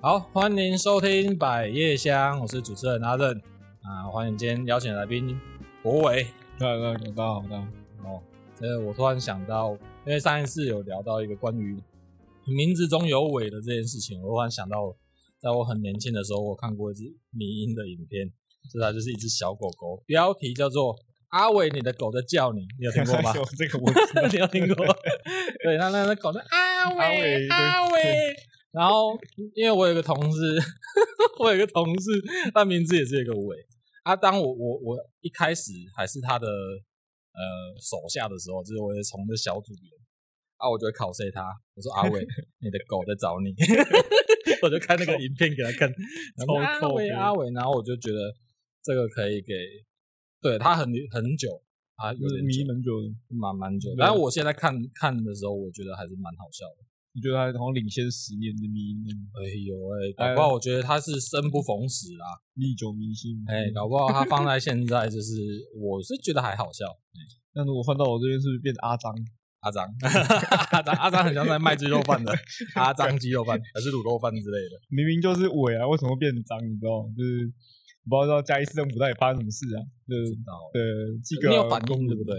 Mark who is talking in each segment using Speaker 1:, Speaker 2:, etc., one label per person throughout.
Speaker 1: 好，欢迎收听百叶香，我是主持人阿任啊，欢迎今天邀请的来宾博伟。
Speaker 2: 对啊对对，大家好，大家好。？
Speaker 1: 哦，呃，我突然想到，因为上一次有聊到一个关于名字中有“伟”的这件事情，我突然想到，在我很年轻的时候，我看过一支迷音的影片，就是它就是一只小狗狗，标题叫做《阿伟，你的狗在叫你》，你有听过吗
Speaker 2: 有这个我知道
Speaker 1: 你有听过？对，那那那狗在阿伟阿
Speaker 2: 阿伟对
Speaker 1: 伟，然后因为我有一个同事， 我有一个同事，他名字也是一个伟。啊，当我我我一开始还是他的呃手下的时候，就是我也从这小组员啊，我就会考 C 他，我说阿 伟，你的狗在找你，我就看那个影片给他看，然后
Speaker 2: 超
Speaker 1: 阿
Speaker 2: 臭
Speaker 1: 伟
Speaker 2: 的
Speaker 1: 阿伟，然后我就觉得这个可以给对他很很久啊，有
Speaker 2: 就是
Speaker 1: 点久
Speaker 2: 迷蛮久的。
Speaker 1: 蛮蛮久。
Speaker 2: 对
Speaker 1: 然后我现在看看的时候，我觉得还是蛮好笑的。
Speaker 2: 你觉得他好像领先十年的迷音，
Speaker 1: 哎呦喂、
Speaker 2: 哎
Speaker 1: 搞不好我觉得他是生不逢时啦。
Speaker 2: 历久弥新。
Speaker 1: 哎、搞不好他放在现在，就是我是觉得还好笑。哎
Speaker 2: 那如果换到我这边，是不是变阿张？
Speaker 1: 阿 张，阿张，阿张很像在卖鸡肉饭 的，阿张鸡肉饭还是卤肉饭之类的。
Speaker 2: 明明就是尾啊，为什么会变成张？你知道吗？就是我不知道嘉义市政府到底发生什么事啊？就是
Speaker 1: 然后
Speaker 2: 呃，这个
Speaker 1: 你有反应对不对？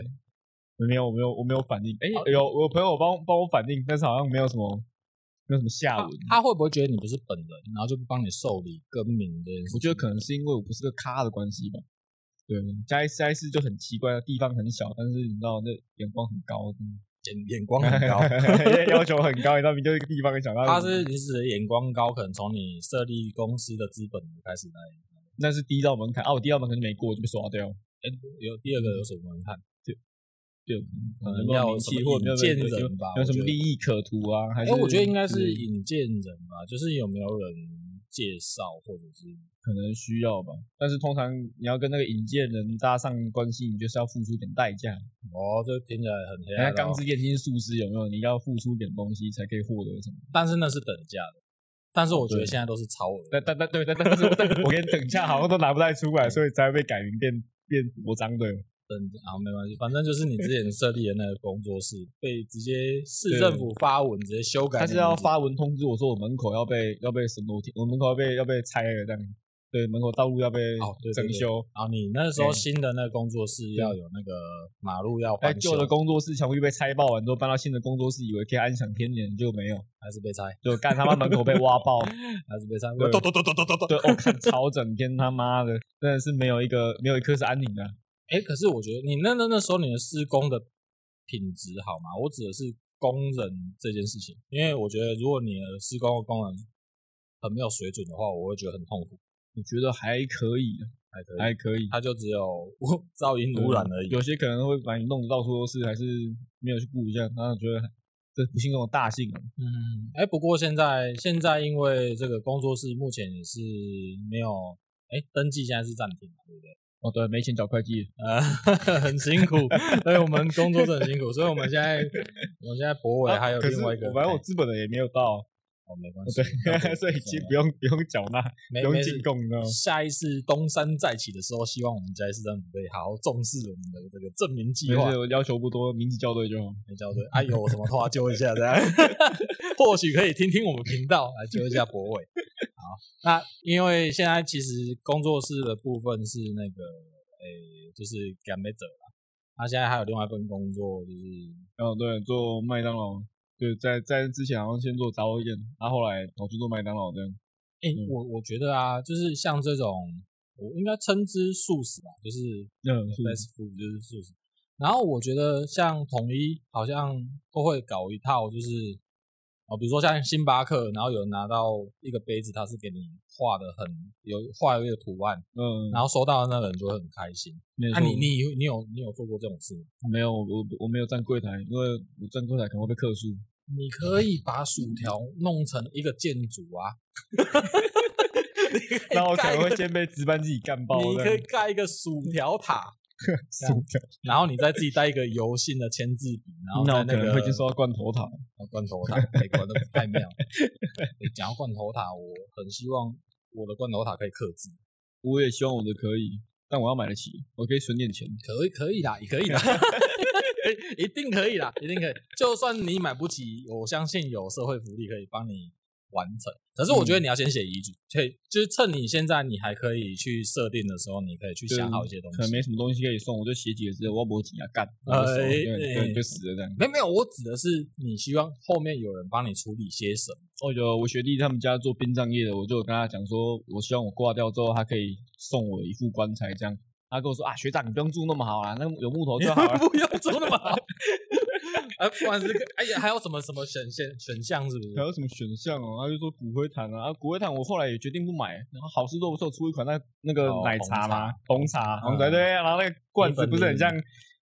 Speaker 2: 没有，我没有，我没有反应。哎、
Speaker 1: 好
Speaker 2: 有我朋友帮帮我反应，但是好像没有什么，没有什么下文。
Speaker 1: 他他会不会觉得你不是本人，然后就不帮你受理更名这件事情？
Speaker 2: 我觉得可能是因为我不是个咖的关系吧。对，嘉义嘉义市就很奇怪，地方很小，但是你知道那眼光很高，，
Speaker 1: 眼眼光很高
Speaker 2: 要求很高，你知道，明明就是一个地方很小，
Speaker 1: 他是你指的眼光高，可能从你设立公司的资本开始来。
Speaker 2: 那是低到门槛啊，我低到门槛就没过，我就被刷掉。
Speaker 1: 哎、有第二个有什么门槛？
Speaker 2: 对，
Speaker 1: 可
Speaker 2: 可
Speaker 1: 能嗯要有
Speaker 2: 名
Speaker 1: 什
Speaker 2: 气
Speaker 1: 么
Speaker 2: 或者
Speaker 1: 引
Speaker 2: 没有
Speaker 1: 荐
Speaker 2: 有有
Speaker 1: 人吧？
Speaker 2: 有什
Speaker 1: 我觉
Speaker 2: 么
Speaker 1: 得
Speaker 2: 利益可图啊？还
Speaker 1: 哎、
Speaker 2: 是
Speaker 1: 我觉得应该是
Speaker 2: 对
Speaker 1: 引荐人吧，就是有没有人介绍，或者是
Speaker 2: 可能需要吧，但是通常你要跟那个引荐人搭上关系，你就是要付出点代价。
Speaker 1: 哦，这听起来很黑
Speaker 2: 人家
Speaker 1: 暗
Speaker 2: 钢
Speaker 1: 哦。
Speaker 2: 之炼金术师有没有？你要付出点东西才可以获得 什么？
Speaker 1: 但是那是等价的，但是我觉得
Speaker 2: 对
Speaker 1: 现在都是超额。
Speaker 2: 但但但对，但但是我跟你等价好像都拿不太出来，所以才会被改名变变魔章对。
Speaker 1: 等啊，没关系，反正就是你之前设立的那个工作室被直接市政府发文直接修改
Speaker 2: 他
Speaker 1: 你的名
Speaker 2: 是
Speaker 1: 字，
Speaker 2: 要发文通知我说我门口要被要被什么？我门口要被要被拆了这样。对，门口道路要被
Speaker 1: 哦对对
Speaker 2: 整
Speaker 1: 对
Speaker 2: 修。
Speaker 1: 啊，你那时候
Speaker 2: 对
Speaker 1: 新的那个工作室要有那个马路要
Speaker 2: 在
Speaker 1: 翻
Speaker 2: 哎旧
Speaker 1: 修
Speaker 2: 的，工作室全部被拆爆完之后，搬到新的工作室，以为可以安享天年，就没有，
Speaker 1: 还是被拆，
Speaker 2: 就干他妈门口被挖爆，
Speaker 1: 还是被拆，
Speaker 2: 对
Speaker 1: 咚咚咚咚咚咚咚
Speaker 2: 对，我、看吵整天，他妈的，真的是没有一个没有一颗是安宁的。啊
Speaker 1: 哎、可是我觉得你那那那时候你的施工的品质好吗？我指的是工人这件事情，因为我觉得如果你的施工的工人很没有水准的话，我会觉得很痛苦。
Speaker 2: 我觉得还可以，
Speaker 1: 还可以，
Speaker 2: 还可以，
Speaker 1: 它就只有噪音污染而已。
Speaker 2: 有些可能会把你弄得到处都是，还是没有去顾一下，然后觉得这不幸中的大幸啊。
Speaker 1: 嗯，哎、不过现在现在因为这个工作室目前也是没有，哎、登记现在是暂停嘛，对不对？
Speaker 2: 哦，对，没钱找会计，
Speaker 1: 呃， 很辛苦，所以我们工作是很辛苦，所以我们现在我们现在博伟还有
Speaker 2: 啊可
Speaker 1: 另
Speaker 2: 是
Speaker 1: 外一个，哎
Speaker 2: 我反正我资本的也没有到，啊
Speaker 1: 哦没关系
Speaker 2: 对， 所以其实不用 不用缴纳，
Speaker 1: 没
Speaker 2: 不
Speaker 1: 没
Speaker 2: 用
Speaker 1: 事
Speaker 2: 进贡，你知道吗？
Speaker 1: 下一次东山再起的时候，希望我们嘉义市政府可以好好重视我们的这个证明计
Speaker 2: 没
Speaker 1: 划
Speaker 2: 事，，我要求不多，名字校对就好。
Speaker 1: 来校对，哎、有什么话揪一下 这样， 或许可以听听我们频道来揪一下博伟。好，那因为现在其实工作室的部分是那个，诶、就是赶美者啦，他现在还有另外一份工作，就是
Speaker 2: 哦，对，做麦当劳，对，在在之前好像先做杂货店，啊然后后来跑去做麦当劳这样。
Speaker 1: 哎、
Speaker 2: 嗯
Speaker 1: 我我觉得啊，就是像这种，我应该称之素食吧，就是
Speaker 2: 嗯，是
Speaker 1: fast food 就是素食。然后我觉得像统一好像都会搞一套，就是哦，比如说像星巴克，然后有拿到一个杯子，它是给你画的很有画有一个图案，
Speaker 2: 嗯，
Speaker 1: 然后收到的那个人就会很开心。
Speaker 2: 没
Speaker 1: 那、
Speaker 2: 错
Speaker 1: 你你你有你有做过这种事吗？
Speaker 2: 没有，我我我没有站柜台，因为我站柜台可能会被克 数。
Speaker 1: 你可以把薯条弄成一个建筑啊，
Speaker 2: 那我可
Speaker 1: 盖
Speaker 2: 能
Speaker 1: 一
Speaker 2: 会
Speaker 1: 个
Speaker 2: 哎先被值班自己干爆
Speaker 1: 你
Speaker 2: 这
Speaker 1: 可以
Speaker 2: 样。
Speaker 1: 盖一个薯条塔，
Speaker 2: 薯条，
Speaker 1: 然后你再自己带一个油性的签字笔，然后
Speaker 2: 那
Speaker 1: 在
Speaker 2: 我
Speaker 1: 那
Speaker 2: 可能
Speaker 1: 个
Speaker 2: 会去收到罐头塔。
Speaker 1: 啊罐头塔，美国的太妙了。诶讲到罐头塔，我很希望我的罐头塔可以克制，
Speaker 2: 我也希望我的可以，但我要买得起，我可以存点钱。
Speaker 1: 可以可以啦，也可以 啦，一定可以啦，一定可以。就算你买不起，我相信有社会福利可以帮你完成。可是我
Speaker 2: 嗯
Speaker 1: 觉得你要先写遗嘱，可以就是趁你现在你还可以去设定的时候，你可以去想好一些东
Speaker 2: 可能
Speaker 1: 西。
Speaker 2: 没什么东西可以送，我就写几个字，我要脖颈啊干，
Speaker 1: 哎
Speaker 2: 我就手对
Speaker 1: 哎
Speaker 2: 对就死了这样。
Speaker 1: 没有没有，我指的是你希望后面有人帮你处理些什么。
Speaker 2: 哦，有我学弟他们家做殡葬业的，我就有跟他讲说，我希望我挂掉之后，他可以送我一副棺材这样。他跟我说啊，学长你不用住那么好啦，那 有木头就好了。
Speaker 1: 不要做那么好。 哎，不管是哎呀，还有什么什么选项选项是不
Speaker 2: 还
Speaker 1: 是？
Speaker 2: 有什么选项哦？他就说骨灰坛啊，啊骨灰坛我后来也决定不买。然后好事多不是有出一款那那个
Speaker 1: 哦
Speaker 2: 奶
Speaker 1: 红
Speaker 2: 茶嘛
Speaker 1: 茶，
Speaker 2: 红茶，红
Speaker 1: 嗯
Speaker 2: 茶对，啊然后那个罐子不是很
Speaker 1: Tiffany
Speaker 2: 像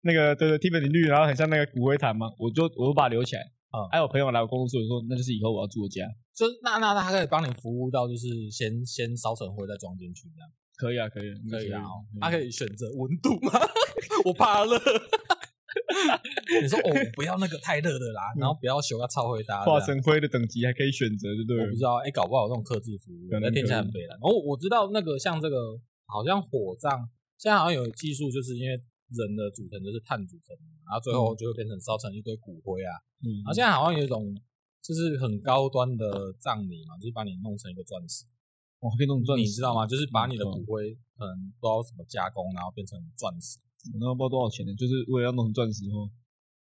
Speaker 2: 那个对对 Tiffany 绿，然后很像那个骨灰坛嘛，我就我就把它留起来。啊
Speaker 1: 嗯
Speaker 2: 还有朋友来我工作室，我说那就是以后我要住的家。
Speaker 1: 就是那那他可以帮你服务到，就是先先烧成灰再装进去这样，
Speaker 2: 可以啊，可以啊，
Speaker 1: 可以啊、哦。他
Speaker 2: 啊，
Speaker 1: 可以选择温度吗？ 我怕 热。你说哦，不要那个太热的
Speaker 2: 嗯
Speaker 1: 啦，然后不要修个超灰搭。
Speaker 2: 化成灰的等级还可以选择，对不
Speaker 1: 我
Speaker 2: 对
Speaker 1: 不？知道，哎、搞不好有这种克制服务，
Speaker 2: 可
Speaker 1: 那
Speaker 2: 能
Speaker 1: 听起来很
Speaker 2: 可能
Speaker 1: 悲然后我知道那个像这个，好像火葬，现在好像有技术，就是因为人的组成就是碳组成嘛，然后最后就会变成烧成一堆骨灰啊。
Speaker 2: 嗯
Speaker 1: 然后现在好像有一种就是很高端的葬礼嘛，就是把你弄成一个钻石，
Speaker 2: 我可以弄钻
Speaker 1: 你
Speaker 2: 石，
Speaker 1: 知道吗？就是把你的
Speaker 2: 嗯
Speaker 1: 骨灰可能不知道怎么加工，然后变成钻石。
Speaker 2: 那不知道多少钱呢？就是为了要弄成钻石哦，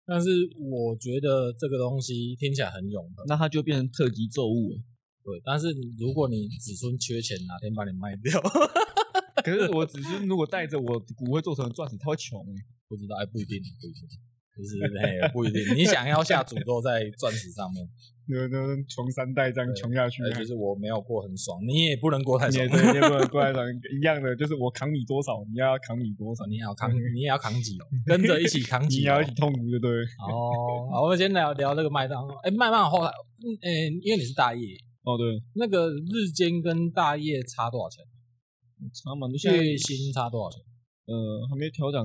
Speaker 1: 但是我觉得这个东西听起来很永恒，
Speaker 2: 那它就变成特级咒物了。
Speaker 1: 对。但是如果你子孙缺钱，哪天把你卖掉，
Speaker 2: 可是我只是如果带着我骨灰做成的钻石，它会穷欸
Speaker 1: 不知道，哎，不一定，不一定，就是 哎，不一定。你想要下诅咒在钻石上面，
Speaker 2: 那那穷三代这样穷下去
Speaker 1: 哎，就是我没有过很爽，你也不能过太
Speaker 2: 嗯你
Speaker 1: 爽
Speaker 2: 也，对，你也不能过来讲一样的，就是我扛你多少，你要扛你多少，
Speaker 1: 你也要扛，你也要扛几楼，跟着一起扛
Speaker 2: 你
Speaker 1: 几
Speaker 2: 也
Speaker 1: 楼
Speaker 2: 要一。起痛苦，对不对？
Speaker 1: 哦，好，我们先聊聊这个麦当劳。哎，麦当劳后来，嗯，哎，因为你是大业，
Speaker 2: 哦，对，
Speaker 1: 那个日间跟大业差多少钱？
Speaker 2: 差蛮多。现在
Speaker 1: 月薪差多少钱？
Speaker 2: 呃还没调整，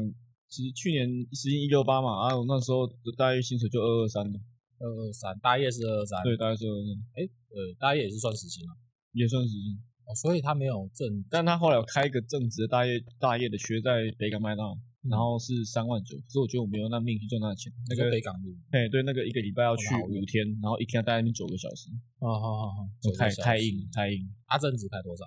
Speaker 2: 其实去年实行一六八嘛，啊，我那时候的大约薪水就二二三了，
Speaker 1: 二二三，大业是二二三，
Speaker 2: 对，大概是223
Speaker 1: 呃，大业也是算时薪嘛，
Speaker 2: 也算实行。
Speaker 1: 哦，所以他没有正
Speaker 2: 但他后来有开一个正职的大业大业的缺在北港麦当劳，然后是三万九，可是我觉得我没有那命去赚那钱。那
Speaker 1: 就
Speaker 2: 个
Speaker 1: 北港路。
Speaker 2: 哎，对，那个一个礼拜要去
Speaker 1: 好
Speaker 2: 五天，然后一天要待在那边九个小时，
Speaker 1: 哦，好好好，
Speaker 2: 太太硬了，太硬了。
Speaker 1: 阿正只开多少？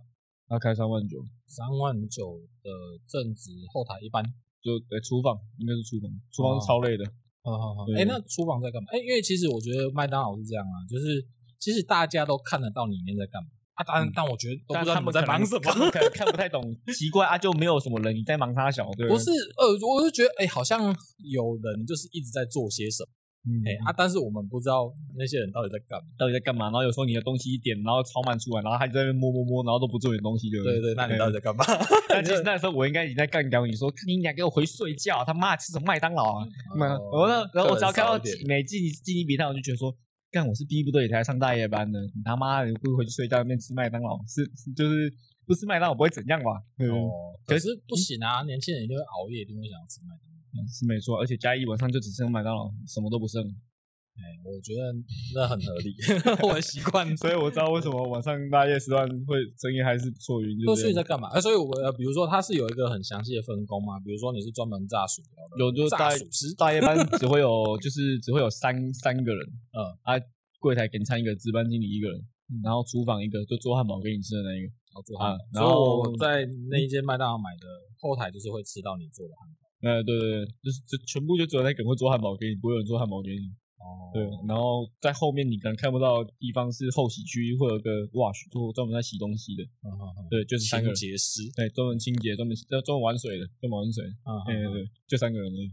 Speaker 2: 他开三万九，
Speaker 1: 三万九的正职后台一般。
Speaker 2: 就哎厨房应该是厨房，厨
Speaker 1: 哦
Speaker 2: 房是超累的。
Speaker 1: 好好好
Speaker 2: 对
Speaker 1: 哎，那厨房在干嘛？哎，因为其实我觉得麦当劳是这样啊，就是其实大家都看得到里面在干嘛啊，当然，但我觉得都不
Speaker 2: 嗯但
Speaker 1: 知道
Speaker 2: 他
Speaker 1: 你们
Speaker 2: 们
Speaker 1: 在
Speaker 2: 可能
Speaker 1: 忙什
Speaker 2: 他
Speaker 1: 么。
Speaker 2: 们可能看不太懂， 奇怪啊，就没有什么人，你在忙他小，对
Speaker 1: 不是，呃，我就觉得，哎、好像有人就是一直在做些什么，
Speaker 2: 嗯
Speaker 1: 哎、啊，但是我们不知道那些人到底在干嘛。
Speaker 2: 到底在干嘛？然后有时候你的东西一点，然后超慢出来，然后他就在那边摸摸摸，然后都不做你的东西，对不
Speaker 1: 对对，
Speaker 2: 对，
Speaker 1: 那你到底在 干嘛？
Speaker 2: 但其实那时候我应该已经在干掉你说，你俩给我回睡觉，他妈吃什么麦当劳啊！然
Speaker 1: 哦
Speaker 2: 后呢，然后我只要看
Speaker 1: 客
Speaker 2: 到
Speaker 1: 人少一点
Speaker 2: 每进进一笔单，我就觉得说，干我是逼不得已才上大夜班的，你他妈的不如回去睡觉，那边吃麦当劳是是就是不吃麦当劳不会怎样吧？对，
Speaker 1: 哦，可是不行
Speaker 2: 嗯
Speaker 1: 啊，年轻人一定会熬夜，一定会想要吃麦当劳。
Speaker 2: 是没错，而且嘉义晚上就只剩麦当劳，什么都不剩，
Speaker 1: 哎、我觉得那很合 理，我的习惯。
Speaker 2: 所以我知道为什么晚上大夜时段会生意还是不错的原因，
Speaker 1: 都
Speaker 2: 就是是
Speaker 1: 在干嘛？呃，所以我呃，比如说他是有一个很详细的分工嘛，比如说你是专门炸薯条的，
Speaker 2: 有就是
Speaker 1: 炸
Speaker 2: 大
Speaker 1: 薯师，
Speaker 2: 大夜班只会有就是只会有三三个人，嗯，啊，柜台点餐一个，值班经理一个人，嗯然后厨房一个，就做汉堡给你吃的那一个。
Speaker 1: 然哦后做汉
Speaker 2: 啊
Speaker 1: 堡。
Speaker 2: 然
Speaker 1: 所以
Speaker 2: 后嗯
Speaker 1: 我在那一间麦当劳买的后台就是会吃到你做的汉
Speaker 2: 呃，对对对，就是就全部就只有那个人会做汉堡给你，不会有人做汉堡给你。
Speaker 1: 堡。
Speaker 2: 对，然后在后面你可能看不到的地方是后洗区，会有一个 wash，就专门在洗东西的。
Speaker 1: 嗯，嗯嗯
Speaker 2: 对，就是三个
Speaker 1: 清洁
Speaker 2: 人，
Speaker 1: 师，
Speaker 2: 对，专门清洁，专门呃专门玩水的，专门玩水的。
Speaker 1: 嗯，嗯
Speaker 2: 对对对，就三个人而已。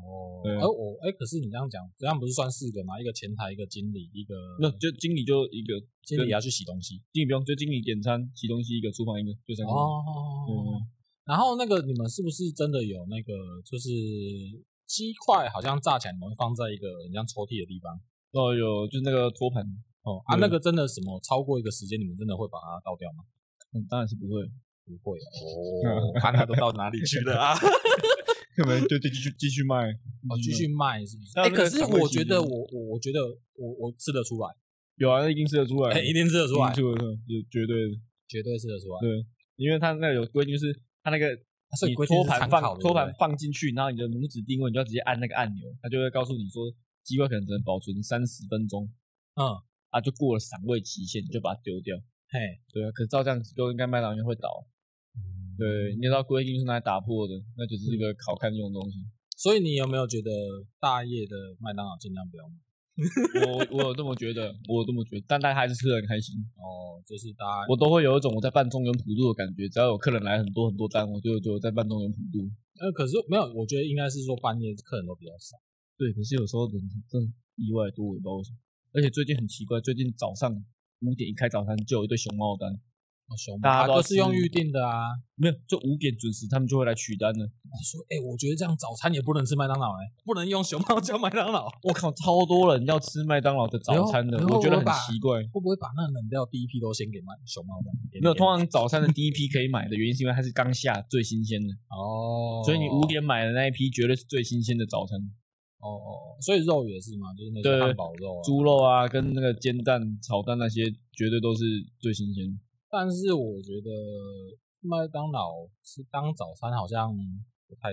Speaker 1: 哦，
Speaker 2: 对啊
Speaker 1: 哎我哎，可是你这样讲，这样不是算四个吗？一个前台，一个经理，一个
Speaker 2: 那就经理就一个，
Speaker 1: 经理也要啊去洗东西。
Speaker 2: 经理不用，就经理点餐、洗东西一个，厨房一个，就三个人。
Speaker 1: 哦，
Speaker 2: 嗯，
Speaker 1: 然后那个你们是不是真的有那个就是鸡块，好像炸起来你们会放在一个很像抽屉的地方？
Speaker 2: 哦，有就是那个托盘，
Speaker 1: 哦啊，
Speaker 2: 对
Speaker 1: 那个真的什么超过一个时间，你们真的会把它倒掉吗？
Speaker 2: 嗯，当然是不会。 嗯
Speaker 1: 不会哦，看它都到哪里去了啊？
Speaker 2: 可能就继续继续卖，嗯
Speaker 1: 哦，继续卖是不是？哎、
Speaker 2: 还有那
Speaker 1: 可
Speaker 2: 个
Speaker 1: 是
Speaker 2: 肠胃
Speaker 1: 我
Speaker 2: 期
Speaker 1: 觉得
Speaker 2: 间
Speaker 1: 我我我觉得我我吃得出来，
Speaker 2: 有啊，那一定吃得出来，
Speaker 1: 哎、一定吃得出来
Speaker 2: 一定，吃得出来，绝绝对的，
Speaker 1: 绝对吃得出来。
Speaker 2: 对因为它那个有规定，就是它那个
Speaker 1: 啊所以
Speaker 2: 你
Speaker 1: 规定
Speaker 2: 托
Speaker 1: 是参
Speaker 2: 盘
Speaker 1: 考
Speaker 2: 放
Speaker 1: 的
Speaker 2: 托
Speaker 1: 对
Speaker 2: 盘
Speaker 1: 不
Speaker 2: 放进去，然后你的拇指定位，你就要直接按那个按钮，它就会告诉你说鸡块可能只能保存三十分钟，
Speaker 1: 嗯，
Speaker 2: 啊，就过了赏味期限，你就把它丢掉。
Speaker 1: 嘿，
Speaker 2: 对啊，可是照这样子，就应该麦当劳会倒。
Speaker 1: 嗯
Speaker 2: 对，你知道规定是拿来打破的，那只是一个好看用的 东西。
Speaker 1: 所以你有没有觉得大叶的麦当劳尽量不要买？
Speaker 2: 我我有这么觉得，我有这么觉得，但大家还是吃的很开心。
Speaker 1: 哦，就是大家
Speaker 2: 我都会有一种我在办中原普渡的感觉，只要有客人来很多很多单，我就就在办中原普渡。
Speaker 1: 呃，可是没有，我觉得应该是说半夜客人都比较少。
Speaker 2: 对，可是有时候人真的意外多，我也不知道为什么。而且最近很奇怪，最近早上五点一开早餐就有一对熊猫单，
Speaker 1: 哦，熊猫
Speaker 2: 大家
Speaker 1: 啊
Speaker 2: 都要
Speaker 1: 都是用
Speaker 2: 吃
Speaker 1: 预定的啊。
Speaker 2: 没有，就五点准时他们就会来取单了。
Speaker 1: 我说，哎、我觉得这样早餐也不能吃麦当劳，哎，不能用熊猫叫麦当劳，
Speaker 2: 我靠，超多人要吃麦当劳的早餐的，
Speaker 1: 然后
Speaker 2: 我觉得
Speaker 1: 哎然后我
Speaker 2: 很
Speaker 1: 把
Speaker 2: 奇怪。
Speaker 1: 会不会把那个冷掉第一批都先给麦熊猫的？
Speaker 2: 没有，通常早餐的第一批可以买的原因是因为它是刚下最新鲜的，
Speaker 1: 哦，
Speaker 2: 所以你五点买的那一批绝对是最新鲜的早餐，
Speaker 1: 哦哦，哦所以肉也是嘛，就是那
Speaker 2: 对
Speaker 1: 些汉堡肉、啊，
Speaker 2: 猪肉啊跟那个煎蛋、炒蛋那些绝对都是最新鲜的。
Speaker 1: 但是我觉得麦当劳吃当早餐好像不太，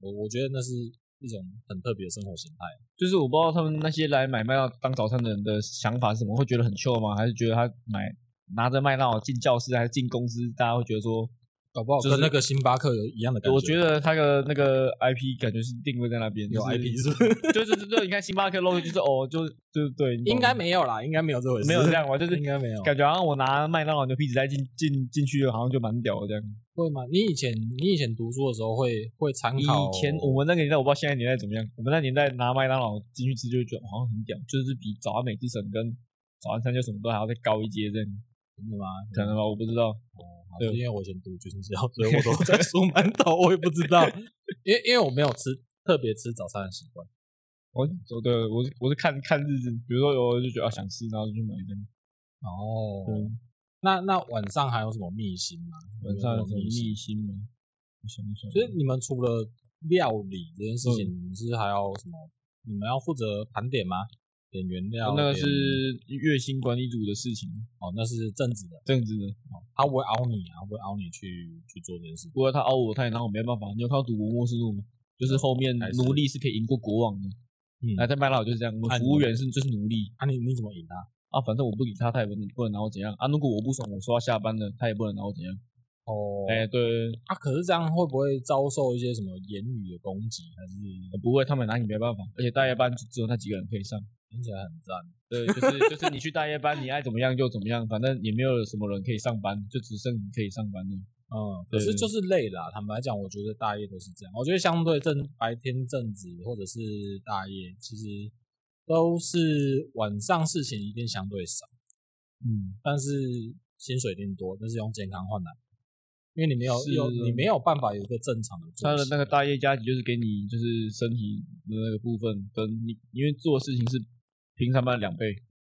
Speaker 1: 我我觉得那是一种很特别的生活形态。啊
Speaker 2: 就是我不知道他们那些来买麦当劳当早餐的人的想法是什么，会觉得很臭吗？还是觉得他买拿着麦当劳进教室还是进公司，大家会觉得说，
Speaker 1: 搞不好
Speaker 2: 就是
Speaker 1: 跟那个星巴克有一样的感
Speaker 2: 我觉
Speaker 1: 得
Speaker 2: 得他的那个 IP 感觉是定位在那边，
Speaker 1: 有
Speaker 2: 就是
Speaker 1: IP 是 不是？
Speaker 2: 对对对对，你看星巴克 logo 就是哦，就就对，你懂
Speaker 1: 应该没有啦，应该没有这回事，
Speaker 2: 没有这样 吧？就是
Speaker 1: 应该没有。
Speaker 2: 感觉好像我拿麦当劳牛皮纸袋进进进去，好像就蛮屌的这样。
Speaker 1: 会吗？你以前你以前读书的时候会会参
Speaker 2: 以
Speaker 1: 考
Speaker 2: 前我们那个年代，我不知道现在年代怎么样。我们那年代拿麦当劳进去吃，就觉得好像很屌，就是比早安美之神跟早安三就什么都还要再高一阶这样，
Speaker 1: 真的吗？
Speaker 2: 可能吧，我不知道。
Speaker 1: 好
Speaker 2: 对
Speaker 1: 是因为我以前读军校，所以我都 在数馒头，我也不知道，因为因为我没有吃特别吃早餐的习惯。
Speaker 2: 我我对我是我是看看日子，比如说有就觉得啊想吃，然后就去买这样。
Speaker 1: 哦
Speaker 2: 对，
Speaker 1: 那那晚上还有什么秘辛吗？
Speaker 2: 晚上有什么
Speaker 1: 秘辛？
Speaker 2: 秘辛吗？我想一想，
Speaker 1: 所以你们除了料理这件事
Speaker 2: 嗯
Speaker 1: 情，你们是还有什么？你们要负责盘点吗？点原料？
Speaker 2: 哦那个
Speaker 1: 点
Speaker 2: 是月薪管理组的事情，
Speaker 1: 哦，那是正职的，
Speaker 2: 这样子的。
Speaker 1: 他不会熬你啊，他不会熬你去去做这件事。
Speaker 2: 不过他凹我，他也拿我没办法。你有看到《赌博默示录》吗？就是后面
Speaker 1: 还是
Speaker 2: 奴隶是可以赢过国王的。啊
Speaker 1: 嗯
Speaker 2: 那在麦当劳就是这样，我们
Speaker 1: 按
Speaker 2: 服务员是就是奴隶
Speaker 1: 啊你，你怎么赢他？
Speaker 2: 啊，反正我不理他，他也不能不能拿我怎样啊。如果我不爽，我说要下班了，他也不能拿我怎样。
Speaker 1: 哦
Speaker 2: 哎、对，
Speaker 1: 啊，可是这样会不会遭受一些什么言语的攻击？还是
Speaker 2: 不会，他们拿你没办法。而且大夜班就只有那几个人可以上。
Speaker 1: 听起来很赞？
Speaker 2: 对，就是就是你去大夜班，你爱怎么样就怎么样，反正也没有什么人可以上班，就只剩你可以上班了。
Speaker 1: 嗯，可是
Speaker 2: 对
Speaker 1: 就是累啦。坦白讲，我觉得大夜都是这样。我觉得相对正白天正职或者是大夜，其实都是晚上事情一定相对少，
Speaker 2: 嗯，
Speaker 1: 但是薪水一定多，但是用健康换来，因为你没有
Speaker 2: 是啊
Speaker 1: 有你没有办法有一个正常的作
Speaker 2: 他
Speaker 1: 息
Speaker 2: 的
Speaker 1: 啊
Speaker 2: 那个大夜加急就是给你就是身体的那个部分，跟你因为做的事情是平常班的两倍。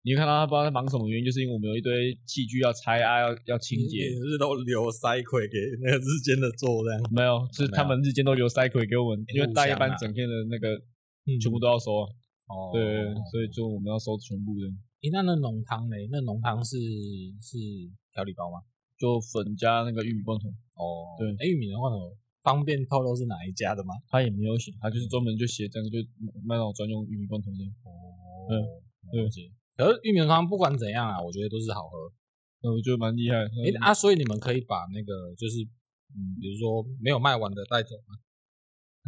Speaker 2: 你会看到他不知道在忙什么原因，就是因为我们有一堆器具要拆啊，要要清洁，
Speaker 1: 你是都留塞葵给那个日间的做这样，
Speaker 2: 没有，是他们日间都留塞葵给我们，因为大夜班
Speaker 1: 互相啊
Speaker 2: 整天的那个
Speaker 1: 嗯
Speaker 2: 全部都要收啊，
Speaker 1: 哦
Speaker 2: 对，所以就我们要收全部的，
Speaker 1: 诶，那那浓汤嘞？那浓汤是是调理包吗？
Speaker 2: 就粉加那个玉米罐头，
Speaker 1: 哦
Speaker 2: 对
Speaker 1: 诶，玉米的话呢，方便透露是哪一家的吗？
Speaker 2: 他也没有写，他就是专门就写这个就麦当劳专用玉米罐头这样。嗯
Speaker 1: 哦，
Speaker 2: 对
Speaker 1: 了解。可是玉米浓汤不管怎样啊，我觉得都是好喝。
Speaker 2: 那我觉得蛮厉害的，
Speaker 1: 诶，啊，所以你们可以把那个就是，嗯，比如说没有卖完的带走吗？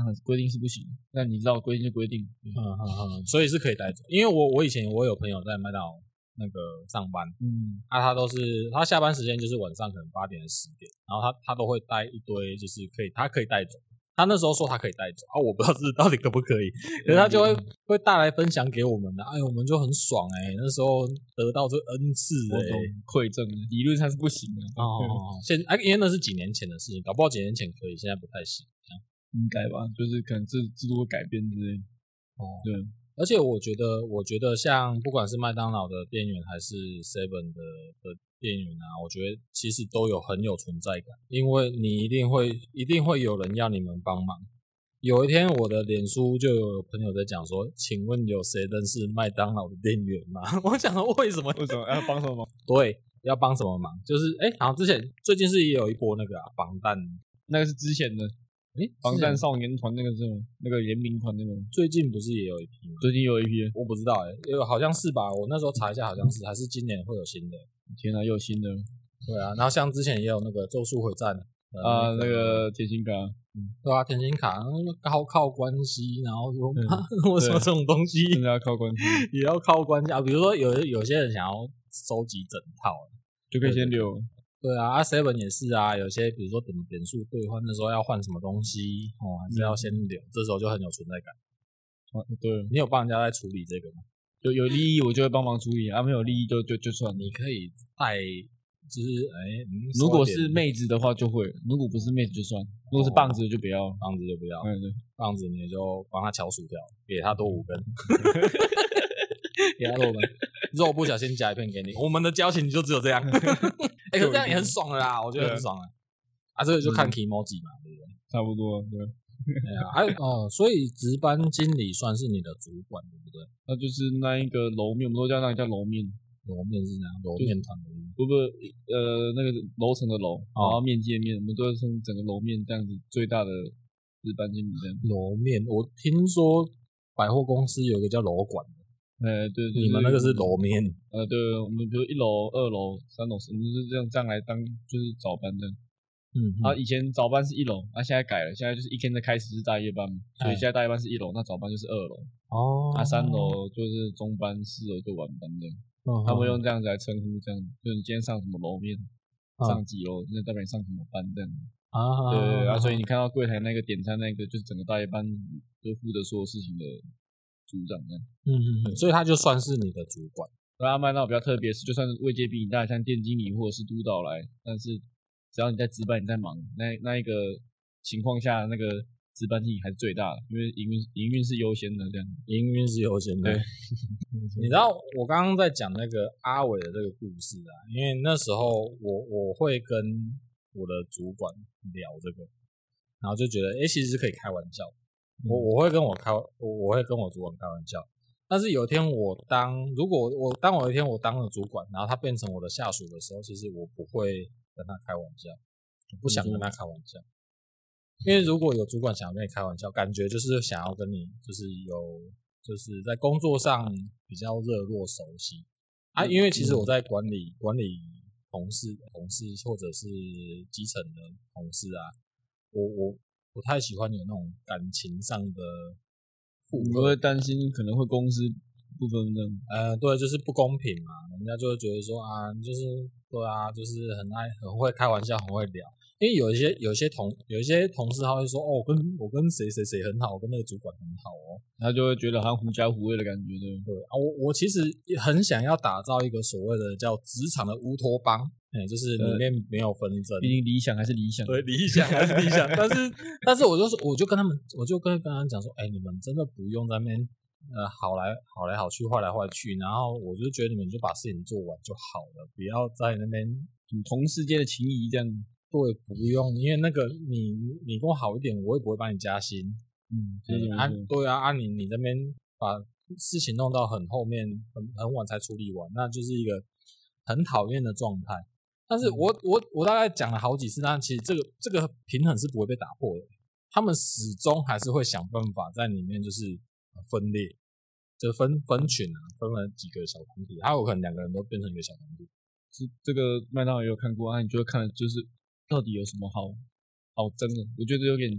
Speaker 2: 嗯规定是不行，那你知道规定就规定，对
Speaker 1: 嗯嗯嗯，所以是可以带走。因为我我以前我有朋友在麦当劳那个上班，
Speaker 2: 嗯，
Speaker 1: 啊，他都是他下班时间就是晚上可能八点十点，然后他他都会带一堆，就是可以他可以带走。他那时候说他可以带走啊，我不知道这 到底可不可以，可是他就会会带来分享给我们的、哎，我们就很爽哎、那时候得到这恩赐
Speaker 2: 嗯我
Speaker 1: 哎、
Speaker 2: 懂馈赠，啊理论上是不行的，
Speaker 1: 哦， 现哎、因为那是几年前的事情，搞不好几年前可以，现在不太行。
Speaker 2: 应该吧，就是可能制制度会改变之类的。
Speaker 1: 哦，
Speaker 2: 对，
Speaker 1: 而且我觉得，我觉得像不管是麦当劳的店员还是 Seven 的的店员啊，我觉得其实都有很有存在感，因为你一定会一定会有人要你们帮忙，有一天我的脸书就有朋友在讲说，请问有谁认识麦当劳的店员吗？ 我想说为什么
Speaker 2: 为什么要啊帮什么忙？
Speaker 1: 对，要帮什么忙？就是哎、诶好像之前最近是也有一波那个、啊、防弹，
Speaker 2: 那个是之前的
Speaker 1: 哎、
Speaker 2: 防
Speaker 1: 之
Speaker 2: 弹
Speaker 1: 前
Speaker 2: 少年团那个是吗？那个联名团那个吗，
Speaker 1: 最近不是也有一批吗？
Speaker 2: 最近又有一批了，
Speaker 1: 我不知道哎、诶有好像是吧？我那时候查一下，好像是还是今年会有新的。
Speaker 2: 天哪，又有新的
Speaker 1: 对啊，然后像之前也有那个《咒术回战》
Speaker 2: 啊，那个铁心卡，
Speaker 1: 对啊，甜心卡，然后高靠关系，然后说、
Speaker 2: 嗯
Speaker 1: 为什么
Speaker 2: 对
Speaker 1: 这种东西
Speaker 2: 现在要靠关系，
Speaker 1: 也要靠关系啊？比如说有有些人想要收集整套，啊
Speaker 2: 就可以先留。
Speaker 1: 对啊，啊 seven 也是啊，有些比如说怎么点数兑换的时候要换什么东西哦，还是
Speaker 2: 嗯
Speaker 1: 要先留，这时候就很有存在感。
Speaker 2: 啊对，
Speaker 1: 你有帮人家在处理这个吗？
Speaker 2: 有有利益我就会帮忙处理，啊没有利益就就就算了。
Speaker 1: 你可以带，就是哎、嗯
Speaker 2: 如果
Speaker 1: 收一
Speaker 2: 是
Speaker 1: 点
Speaker 2: 妹子的话就会，如果不是妹子就算，如果是棒子的就不要。
Speaker 1: 棒子就不要，
Speaker 2: 嗯，对，
Speaker 1: 棒子你就帮他敲薯条，给他多五 根，给他多五根，肉不小心夹一片给你。我们的交情就只有这 样，哎、可这样也很爽了啦，我觉得很爽了。啊，这个就看 emoji 嘛，对不对？
Speaker 2: 差不多，对，
Speaker 1: 对啊，还有哦，所以值班经理算是你的主管，对不对？
Speaker 2: 那就是那一个楼面，我们都叫那个叫楼面，
Speaker 1: 楼面是怎样？楼面团的意思
Speaker 2: 不不，呃，那个楼层的楼，然
Speaker 1: 哦
Speaker 2: 后面界面，我们都是从整个楼面这样子最大的日班经理这样。
Speaker 1: 楼面，我听说百货公司有一个叫楼管的，
Speaker 2: 哎，对，就是
Speaker 1: 你们那个是楼面，
Speaker 2: 呃，对，我们比如一楼、二楼、三楼，我们就是这样这样来当就是早班这样。
Speaker 1: 嗯
Speaker 2: 啊，以前早班是一楼，啊，现在改了，现在就是一天的开始是大夜班嘛，所
Speaker 1: 哎
Speaker 2: 以现在大夜班是一楼，那早班就是二楼，
Speaker 1: 哦
Speaker 2: 啊，三，楼就是中班，四楼就晚班这样。
Speaker 1: 嗯哦
Speaker 2: 他们用这样子来称呼，这样就是你今天上什么楼面，
Speaker 1: 啊
Speaker 2: 上几楼，那代表你上什么班这样。
Speaker 1: 啊，
Speaker 2: 对对对啊，所以
Speaker 1: 你。
Speaker 2: 你看到柜台那个点餐那个，就是整个大夜班就负责所有事情的组长这样。
Speaker 1: 嗯，嗯，所以他就算是你的主管。
Speaker 2: 那阿麦那比较特别是，就算位阶比你大，像店经理或者是督导来，但是只要你在值班，你在忙，那那一个情况下，那个值班经理还是最大的，因为营运营运是优先的这样。
Speaker 1: 营运是优先的。
Speaker 2: 对
Speaker 1: 你知道我刚刚在讲那个阿伟的这个故事啊，因为那时候我我会跟我的主管聊这个，然后就觉得哎、诶其实是可以开玩笑的。
Speaker 2: 嗯
Speaker 1: 我我会跟我开我我会跟我主管开玩笑，但是有一天我当如果我我当我有一天我当了主管，然后他变成我的下属的时候，其实我不会跟他开玩笑，我不想跟他开玩笑。因为如果有主管想要跟你开玩笑，感觉就是想要跟你就是有就是在工作上比较热络熟悉啊。因为其实我在管理管理同事同事或者是基层的同事啊，我我不太喜欢有那种感情上的
Speaker 2: 我们会担心可能会公司不分这样。
Speaker 1: 呃，对，就是不公平嘛，人家就会觉得说啊，你就是对啊，就是很爱很会开玩笑，很会聊。因为有一些有一些同有一些同事他会说哦，我跟我跟谁谁谁很好，我跟那个主管很好哦。
Speaker 2: 他就会觉得好像狐假虎威的感觉，对不对？
Speaker 1: 对啊，我我其实也很想要打造一个所谓的叫职场的乌托邦，哎、就是里
Speaker 2: 呃
Speaker 1: 面没有纷争，
Speaker 2: 毕竟理想还是理想。
Speaker 1: 对理想还是理想， 但是但是我就说，我就跟他们，我就跟跟他们讲说，哎、你们真的不用在那边呃好来好来好去，坏来坏去，然后我就觉得你们就把事情做完就好了，不要在那边
Speaker 2: 什么同事间的情谊这样。
Speaker 1: 对不用，因为那个你你跟我好一点，我也不会帮你加薪。
Speaker 2: 嗯，
Speaker 1: 对
Speaker 2: 这种
Speaker 1: 啊
Speaker 2: 没错，
Speaker 1: 对啊，啊你你那边把事情弄到很后面，很很晚才处理完，那就是一个很讨厌的状态。但是我、我我大概讲了好几次，但其实这个这个平衡是不会被打破的，他们始终还是会想办法在里面就是呃分裂，就分分群啊，分了几个小团体，还有可能两个人都变成一个小团体。
Speaker 2: 这这个麦当劳也有看过啊，你就会看就是到底有什么好好争的？我觉得有点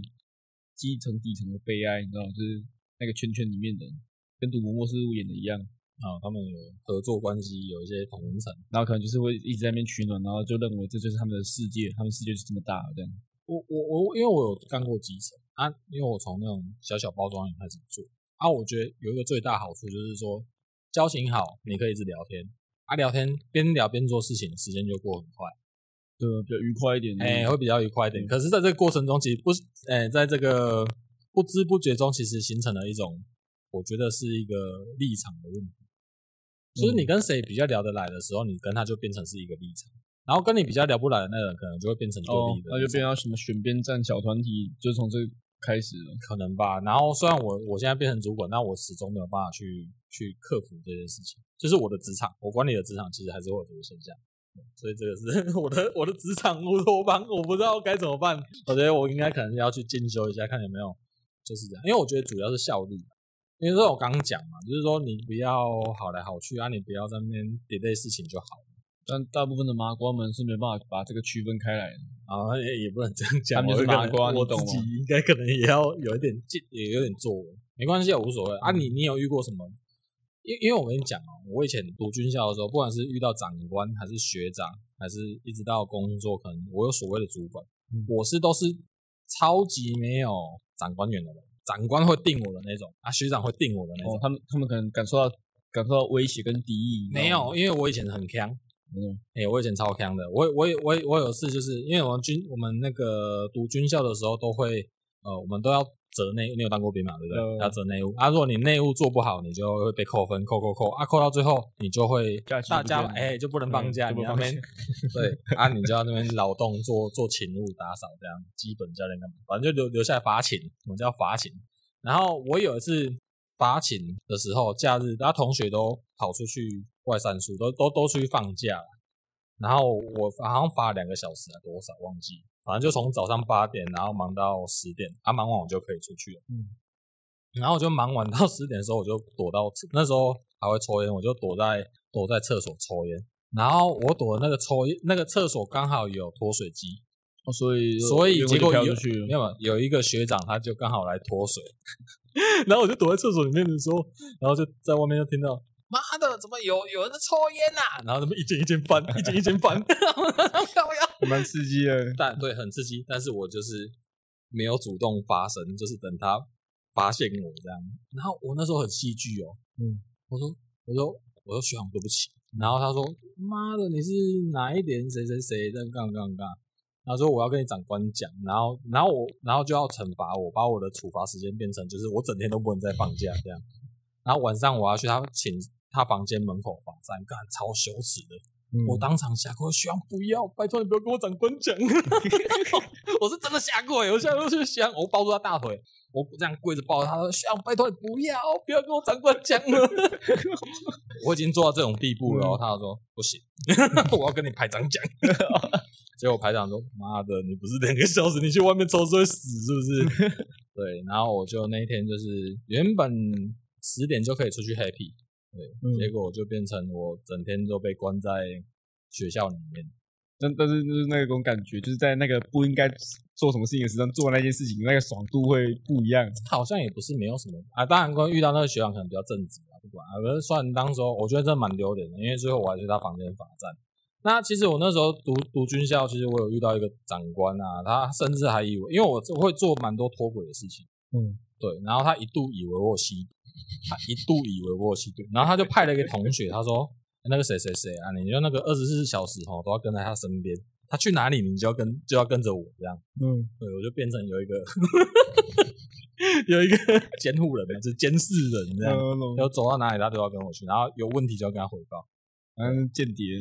Speaker 2: 基层底层的悲哀，你知道吗？就是那个圈圈里面的人，跟赌博默示录演的一样，
Speaker 1: 啊、他们有合作关系，有一些同文层。
Speaker 2: 然后可能就是会一直在那边取暖，然后就认为这就是他们的世界，他们世界就是这么大这样。
Speaker 1: 我我我，因为我有干过基层啊，因为我从那种小小包装也开始做啊，我觉得有一个最大好处就是说，交情好，你可以一直聊天啊，聊天边聊边做事情，时间就过很快，
Speaker 2: 对，比较愉快一点。
Speaker 1: 哎、会比较愉快一点。
Speaker 2: 嗯
Speaker 1: 可是，在这个过程中，其实不，哎、在这个不知不觉中，其实形成了一种，我觉得是一个立场的问题，就是
Speaker 2: 嗯
Speaker 1: 你跟谁比较聊得来的时候，你跟他就变成是一个立场。然后跟你比较聊不来的那个人，可能就会变成对
Speaker 2: 哦
Speaker 1: 立，的立场、
Speaker 2: 那就变到什么选边站小团体，就从这开始了。
Speaker 1: 可能吧。然后虽然我我现在变成主管，但我始终没有办法去去克服这件事情。就是我的职场，我管理的职场其实还是会有这个现象，对所以这个是 我的我的职场乌托邦，我不知道该怎么办。我觉得我应该可能要去进修一下，看有没有就是这样。因为我觉得主要是效率，因为这我刚刚讲嘛，就是说你不要好来好去啊，你不要在那边 delay 事情就好了
Speaker 2: 但大部分的麻瓜们是没办法把这个区分开来的。
Speaker 1: 啊，也也不能这样讲。
Speaker 2: 他们就
Speaker 1: 我
Speaker 2: 是
Speaker 1: 可能
Speaker 2: 麻瓜你
Speaker 1: 我
Speaker 2: 懂
Speaker 1: 自
Speaker 2: 吗
Speaker 1: 己应该可能也要有一点进，也有点作为，没关系啊，无所谓
Speaker 2: 嗯
Speaker 1: 啊。你你有遇过什么？因因为我跟你讲哦、我以前读军校的时候，不管是遇到长官还是学长，还是一直到工作，可能我有所谓的主管，
Speaker 2: 嗯
Speaker 1: 我是都是超级没有长官缘的人，长官会定我的那种啊，学长会定我的那种。
Speaker 2: 哦，他们他们可能感受到感受到威胁跟敌意。你知
Speaker 1: 没
Speaker 2: 道吗
Speaker 1: 有，，因为我以前很强，
Speaker 2: 嗯，
Speaker 1: 哎、我以前超强的，我也我也我也我有次就是因为我们军我们那个读军校的时候都会，呃，我们都要折内，你有当过兵嘛？对不对？
Speaker 2: 嗯
Speaker 1: 要折内务啊，如果你内务做不好，你就会被扣分，扣扣扣啊，扣到最后你就会
Speaker 2: 假期就
Speaker 1: 大
Speaker 2: 不
Speaker 1: 家
Speaker 2: 见了
Speaker 1: 哎、就不能放
Speaker 2: 嗯
Speaker 1: 假，
Speaker 2: 就
Speaker 1: 你
Speaker 2: 不
Speaker 1: 要
Speaker 2: 能
Speaker 1: 那
Speaker 2: 放
Speaker 1: 边 对啊，你就要那边劳动做做勤务打扫这样，基本教练干嘛？反正就留留下来罚勤，我们叫罚勤。然后我有一次罚勤的时候，假日大家同学都跑出去外散书，都都都出去放假了。然后我好像罚了两个小时啊，多少忘记，反正就从早上八点，然后忙到十点，啊，忙完我就可以出去了。
Speaker 2: 嗯，
Speaker 1: 然后我就忙完到十点的时候，我就躲到厕那时候还会抽烟，我就躲在躲在厕所抽烟。然后我躲的那个抽烟那个厕所刚好有脱水机，
Speaker 2: 哦所以
Speaker 1: 所以
Speaker 2: 员工
Speaker 1: 结
Speaker 2: 就
Speaker 1: 果
Speaker 2: 飘
Speaker 1: 有
Speaker 2: 出去
Speaker 1: 没
Speaker 2: 了。
Speaker 1: 有有一个学长，他就刚好来脱水， 然后我就躲在厕所里面的时候，然后就在外面就听到。妈的，怎么有有人在抽烟呐、然后他们一间一间翻，一间一间翻， 然后我就靠腰
Speaker 2: 蛮刺激的，
Speaker 1: 但对，很刺激，但是我就是没有主动发声，就是等他发现我这样。然后我那时候很戏剧哦，
Speaker 2: 嗯，
Speaker 1: 我说我说我说学长对不起，然后他说妈的你是哪一年谁谁谁在干干干，他说我要跟你长官讲，然后然后我然后就要惩罚我，把我的处罚时间变成就是我整天都不能再放假这样，然后晚上我要去他请他房间门口罚站，干超羞耻的。
Speaker 2: 嗯
Speaker 1: 我当场下跪，学长不要，拜托你不要跟我长官 讲，我是真的下跪，我下跪就想，我抱住他大腿，我这样跪着抱着他说，学长拜托你不要，不要跟我长官讲了， 我已经做到这种地步了哦，他就说不行， 我要跟你排长讲， 结果排长说妈的，你不是两个小时，你去外面抽是会死是不 是？对，然后我就那一天就是原本十点就可以出去 happy，结
Speaker 2: 嗯，
Speaker 1: 果我就变成我整天都被关在学校里面。
Speaker 2: 但但是就是那种感觉，就是在那个不应该做什么事情的时候做那件事情，那个爽度会不一样。
Speaker 1: 好像也不是没有什么啊，当然关于遇到那个学长可能比较正直啊，不管啊，可是算当时候我觉得真的蛮丢脸的，因为最后我还去他房间罚站。那其实我那时候读读军校，其实我有遇到一个长官啊，他甚至还以为，因为我会做蛮多脱轨的事情，
Speaker 2: 嗯，
Speaker 1: 对，然后他一度以为我有吸毒，他一度以为我有吸毒，然后他就派了一个同学，他说那个谁谁谁啊，你就那个二十四小时哦都要跟在他身边，他去哪里你就要跟就要跟着我这样。
Speaker 2: 嗯，
Speaker 1: 对，我就变成有一个 有一个监护人嘛，就是监视人这
Speaker 2: 啊嗯
Speaker 1: 样，要走到哪里他都要跟我去，然后有问题就要跟他汇报，
Speaker 2: 反正间谍，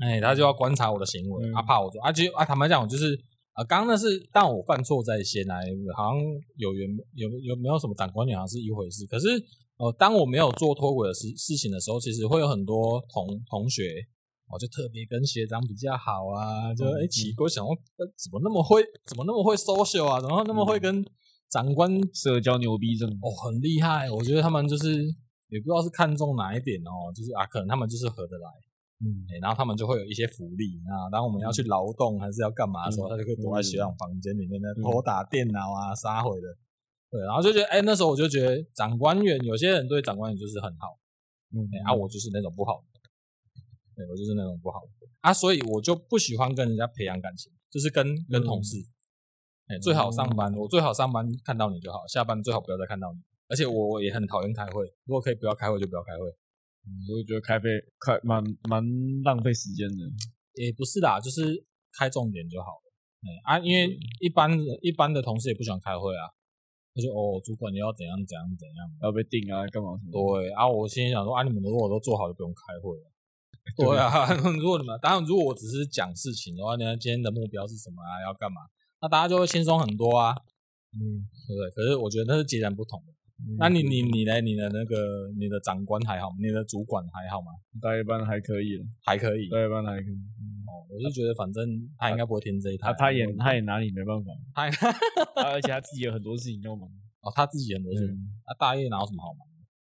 Speaker 1: 哎、他就要观察我的行为，
Speaker 2: 嗯
Speaker 1: 他、怕我做，啊，就啊，坦白讲，我就是啊，刚刚那是但我犯错在先啊，好像有原有有没有什么长官好像是一回事，可是呃，当我没有做脱轨的事事情的时候，其实会有很多同同学。哦我就特别跟学长比较好啊，就
Speaker 2: 嗯
Speaker 1: 哎、奇怪，想要怎么那么会，怎么那么会 social 啊，怎么那么
Speaker 2: 嗯
Speaker 1: 会跟长官
Speaker 2: 社交牛逼症。
Speaker 1: 哦，很厉害。我觉得他们就是也不知道是看中哪一点哦，就是啊，可能他们就是合得来，
Speaker 2: 嗯，
Speaker 1: 哎然后他们就会有一些福利啊。当我们要去劳动还是要干嘛的时候，
Speaker 2: 嗯
Speaker 1: 他就可以躲在学长房间里面呢，
Speaker 2: 嗯
Speaker 1: 偷打电脑啊，杀回的。对，然后就觉得，哎、那时候我就觉得长官员，有些人对长官员就是很好，
Speaker 2: 嗯
Speaker 1: 哎、啊，我就是那种不好的，对我就是那种不好的啊，所以我就不喜欢跟人家培养感情，就是跟跟同事，
Speaker 2: 嗯
Speaker 1: 哎、最好上班，
Speaker 2: 哦
Speaker 1: 我最好上班看到你就好，下班最好不要再看到你。而且我我也很讨厌开会，如果可以不要开会就不要开会，
Speaker 2: 我就觉得开费开蛮蛮浪费时间的。
Speaker 1: 也不是啦，就是开重点就好了。哎、啊，因为
Speaker 2: 嗯
Speaker 1: 一般一般的同事也不喜欢开会啊，他就哦，主管你要怎样怎样怎样。
Speaker 2: 要被定啊，干嘛什么的？
Speaker 1: 对啊，我心里想说啊，你们如果都做好，就不用开会了。对啊， 如果你们当然，如果我只是讲事情的话，那今天的目标是什么啊，要干嘛，那大家就会轻松很多啊。嗯，对不对？可是我觉得那是截然不同的。那
Speaker 2: 嗯
Speaker 1: 你你你呢？你的那个你的长官还好吗？你的主管还好吗？
Speaker 2: 大夜班还可以了，
Speaker 1: 还可以。
Speaker 2: 大夜班还可以。嗯
Speaker 1: 哦，我是觉得反正他应该不会听这一套。
Speaker 2: 他他也他也拿你没办法，
Speaker 1: 他
Speaker 2: 他而且他自己有很多事情要忙。
Speaker 1: 哦，他自己很多事。
Speaker 2: 嗯
Speaker 1: 他大业哪有什么好忙？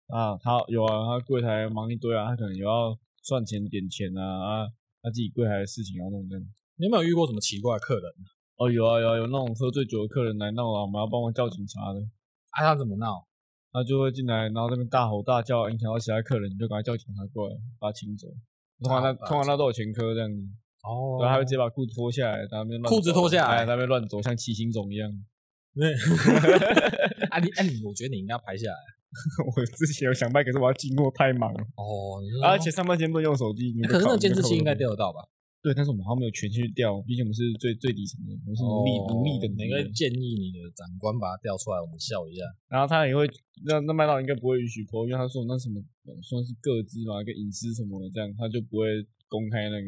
Speaker 2: 啊，他有啊，他柜台忙一堆啊，他可能有要算钱点钱啊，啊，他自己柜台的事情要弄这样。
Speaker 1: 你有没有遇过什么奇怪的客人？
Speaker 2: 哦，有啊有啊，有那种喝醉酒的客人来闹啊，我们要帮忙叫警察的，
Speaker 1: 啊，他怎么闹？
Speaker 2: 他就会进来，然后在那边大吼大叫，影响到其他客人，你就赶快叫警察过来把他请走。通常
Speaker 1: 大吼
Speaker 2: 那
Speaker 1: 大
Speaker 2: 通常那都有前科这样子，
Speaker 1: 哦
Speaker 2: 然后他会直接把裤子脱下来，在那边乱
Speaker 1: 裤子
Speaker 2: 走
Speaker 1: 脱下来
Speaker 2: 哎在那边乱走，像骑行种一 样。
Speaker 1: 对， 啊你啊你，我觉得你应该拍下来。啊
Speaker 2: 我之前有想办，可是我要经过太忙了，
Speaker 1: 哦，你说
Speaker 2: 而且上半天不能用手机。你
Speaker 1: 欸
Speaker 2: 被
Speaker 1: 可是
Speaker 2: 扣
Speaker 1: 那个
Speaker 2: 你被
Speaker 1: 监视
Speaker 2: 扣
Speaker 1: 器应该
Speaker 2: 分
Speaker 1: 调得到吧？
Speaker 2: 对，但是我们好像没有权去调，毕竟我们是最最底层的，我们是奴隶奴隶的
Speaker 1: 你哦应该建议你的长官把它调出来，我们笑一下。
Speaker 2: 然后他也会，那那麦当劳应该不会允许播，因为他说那什么呃算是各自嘛，跟隐私什么的，这样他就不会公开那个。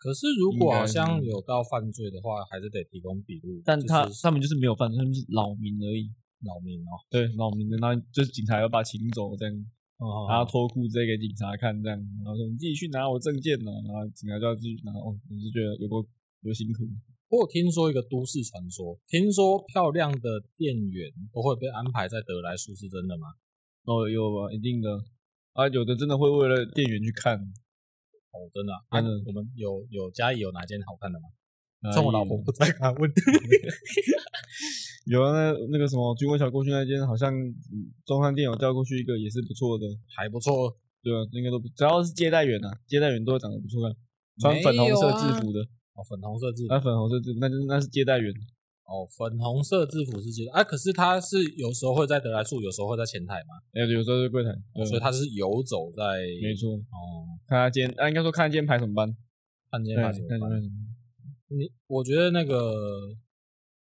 Speaker 1: 可是如果好像
Speaker 2: 应该
Speaker 1: 有到犯罪的话，还是得提供笔录。
Speaker 2: 但
Speaker 1: 就是
Speaker 2: 他他们就是没有犯，他们是扰民而已。
Speaker 1: 扰民哦。
Speaker 2: 对，扰民的，然后就是警察要把请走这样，
Speaker 1: 哦
Speaker 2: 然后脱裤子给警察看这样，然后说你自己去拿我证件呢、然后警察就要自己拿。哦，我就觉得有个有辛苦。
Speaker 1: 我有听说一个都市传说，听说漂亮的店员都会被安排在德莱树，是真的吗？
Speaker 2: 哦，有吧，一定的。啊，有的真的会为了店员去看。
Speaker 1: 哦，真的啊。
Speaker 2: 真的
Speaker 1: 啊我们有有家里有哪间好看的吗？
Speaker 2: 哪
Speaker 1: 趁我
Speaker 2: 里
Speaker 1: 老婆不在，她问。
Speaker 2: 有啊，那那个什么军官小过去那间，好像嗯中山店有调过去一个，也是不错的。
Speaker 1: 还不错，哦
Speaker 2: 对啊，应该都不只要是接待员啊，接待员都会长得不错看，穿粉红色制服的，
Speaker 1: 哦，粉红色制服
Speaker 2: 那、粉红色制服那就是那是接待员。
Speaker 1: 哦，粉红色制服是记得啊，可是他是有时候会在德莱树，有时候会在前台嘛，
Speaker 2: 哎、有时候是柜台，对啊
Speaker 1: 所以他是游走在
Speaker 2: 没错。
Speaker 1: 哦，
Speaker 2: 看他今天，啊，应该说看他今天排什么班，
Speaker 1: 看见
Speaker 2: 对，
Speaker 1: 吗
Speaker 2: 看？今天排什么班。
Speaker 1: 你我觉得那个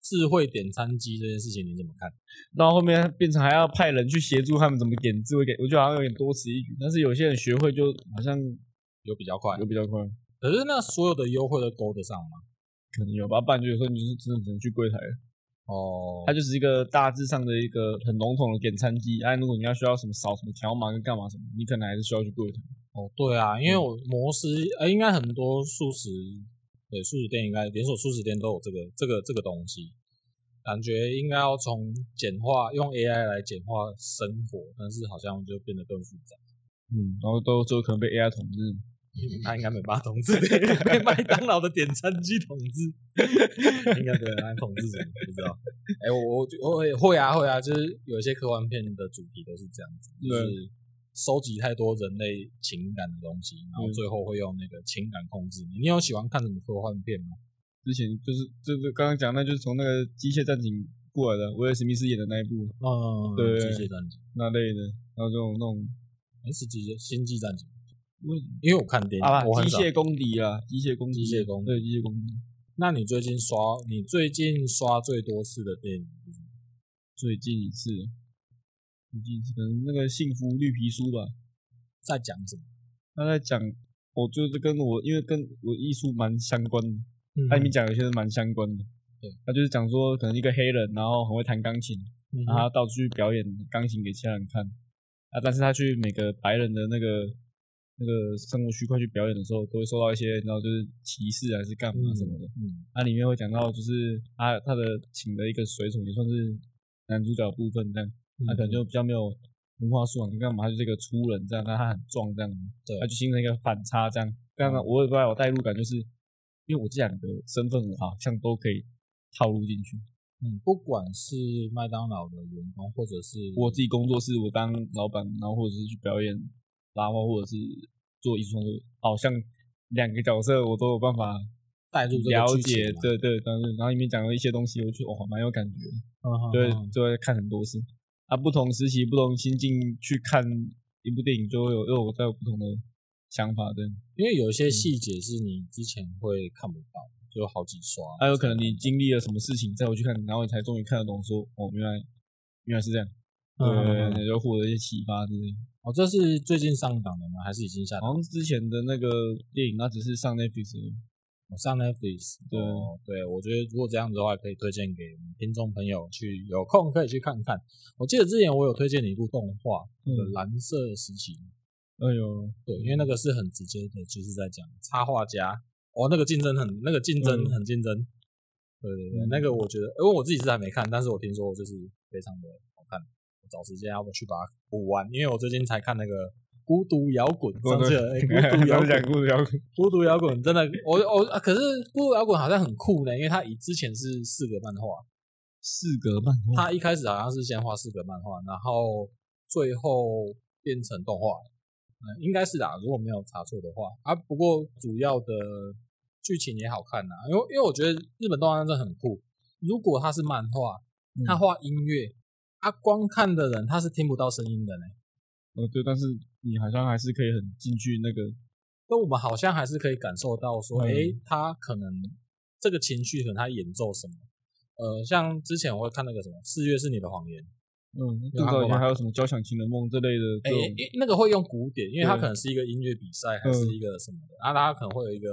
Speaker 1: 智慧点餐机这件事情你怎么看？
Speaker 2: 然后后面变成还要派人去协助他们怎么点字，会给我觉得好像有点多此一举。但是有些人学会就好像
Speaker 1: 有比较快，
Speaker 2: 有比较快，
Speaker 1: 可是那所有的优惠都勾得上吗？
Speaker 2: 可能有吧。不然就有时候你就是真的只能去柜台了。
Speaker 1: 哦
Speaker 2: 它，就是一个大致上的一个很笼统的点餐机。哎、如果你要需要什么扫什么条码跟干嘛什么，你可能还是需要去柜台。
Speaker 1: 哦，对啊，因为我摩斯，呃，应该很多素食，对素食店应该连锁素食店都有这个这个这个东西，感觉应该要从简化用 AI 来简化生活，但是好像就变得更复杂。
Speaker 2: 嗯，然后都最后可能被 AI 统治。
Speaker 1: 他应该没办法 统治，被麦当劳的点餐机统治，应该对，来统治人不知道。哎、我我我会会啊会啊，就是有一些科幻片的主题都是这样子，就是收集太多人类情感的东西，然后
Speaker 2: 嗯
Speaker 1: 最后会用那个情感控制你。你有喜欢看什么科幻片吗？
Speaker 2: 之前就是就是刚刚讲，那就是从那个《机械战警》过来的，威尔史密斯演的那一部
Speaker 1: 嗯，
Speaker 2: 对
Speaker 1: 机械战警，
Speaker 2: 那类的，然后这种那种
Speaker 1: 哎、是机械星际战警，因为我看电影，
Speaker 2: 啊，
Speaker 1: 我很
Speaker 2: 机
Speaker 1: 少。
Speaker 2: 械公敌啊，机械公敌，
Speaker 1: 机械公敌
Speaker 2: 对，机械公敌。
Speaker 1: 那你最近刷，你最近刷最多次的电影是什么？
Speaker 2: 最近一次，最近一次可能那个《幸福绿皮书》吧，
Speaker 1: 在讲什么？
Speaker 2: 他在讲，我就是跟我因为跟我艺术蛮相关的。他里面讲有些是蛮相关的。
Speaker 1: 嗯对，
Speaker 2: 他就是讲说，可能一个黑人，然后很会弹钢琴，
Speaker 1: 嗯
Speaker 2: 然后他到处去表演钢琴给其他人看。啊，但是他去每个白人的那个那个生活区块去表演的时候，都会受到一些，然后就是歧视还是干嘛什么的。
Speaker 1: 嗯。
Speaker 2: 它、里面会讲到，就是他他的请的一个水手也算是男主角的部分这样，他可能就比较没有文化素养，干嘛他就是一个粗人这样，但他很壮这样，
Speaker 1: 对嗯
Speaker 2: 他就形成一个反差这样。当然，我也不知道有代入感，就是因为我这两个身份，我好像都可以套入进去。
Speaker 1: 嗯，不管是麦当劳的员工，或者是
Speaker 2: 我自己工作室，我当老板，然后或者是去表演拉花，或者是做艺术创作，好像两个角色我都有办法
Speaker 1: 带入这个
Speaker 2: 了
Speaker 1: 剧情啊
Speaker 2: 解
Speaker 1: 嘛。
Speaker 2: 对对，但是然后里面讲了一些东西，我就哦蛮有感觉的。
Speaker 1: 嗯哼
Speaker 2: 对，
Speaker 1: 哼
Speaker 2: 就会看很多次。啊，不同时期、不同心境去看一部电影，就会有又有在有不同的想法这样。
Speaker 1: 因为有一
Speaker 2: 嗯
Speaker 1: 些细节是你之前会看不到，就有好几刷。
Speaker 2: 还、啊有可能你经历了什么事情，再回去看，然后你才终于看得懂说，哦，原来原来是这样。
Speaker 1: 嗯
Speaker 2: 对对
Speaker 1: 嗯
Speaker 2: 对
Speaker 1: 嗯
Speaker 2: 对，就获得一些启发之类的。
Speaker 1: 哦，这是最近上档的吗？还是已经下档？
Speaker 2: 好像之前的那个电影，它只是上 Netflix 而已
Speaker 1: 我上 Netflix，
Speaker 2: 哦对
Speaker 1: 哦对，我觉得如果这样子的话，可以推荐给听众朋友去，有空可以去看看。我记得之前我有推荐你一部动画，
Speaker 2: 嗯
Speaker 1: 那个《蓝色时期》，
Speaker 2: 哎呦，
Speaker 1: 对，因为那个是很直接的，就是在讲插画家，哦，那个竞争很，那个竞争
Speaker 2: 嗯
Speaker 1: 很竞争，对对对，
Speaker 2: 嗯
Speaker 1: 那个我觉得，因为我自己是还没看，但是我听说就是非常的好看，我找时间要不去把它补完，因为我最近才看那个《孤独摇滚》，上次有哎，孤 独 摇滚
Speaker 2: 讲》孤独摇滚，
Speaker 1: 孤独摇滚真的，我我、啊可是孤独摇滚好像很酷呢，因为它以之前是四格漫画，
Speaker 2: 四格漫画，
Speaker 1: 它一开始好像是先画四格漫画，然后最后变成动画，嗯，应该是啦，如果没有查错的话啊。不过主要的剧情也好看呐，因为因为我觉得日本动画真的很酷。如果它是漫画，它画音乐，啊，光看的人他是听不到声音的呢。
Speaker 2: 哦对，但是你好像还是可以很进去那个，
Speaker 1: 那我们好像还是可以感受到说，
Speaker 2: 嗯
Speaker 1: 诶、他可能这个情绪和他演奏什么。呃，像之前我会看那个什么《四月是你的谎言》，
Speaker 2: 嗯，
Speaker 1: 有
Speaker 2: 最
Speaker 1: 看过哎
Speaker 2: 早以前
Speaker 1: 吗
Speaker 2: 还有什么交响情人梦这类的这
Speaker 1: 诶、
Speaker 2: 种，
Speaker 1: 因那个会用古典，因为它
Speaker 2: 对嗯
Speaker 1: 可能是一个音乐比赛还是一个什么的，啊，它可能会有一个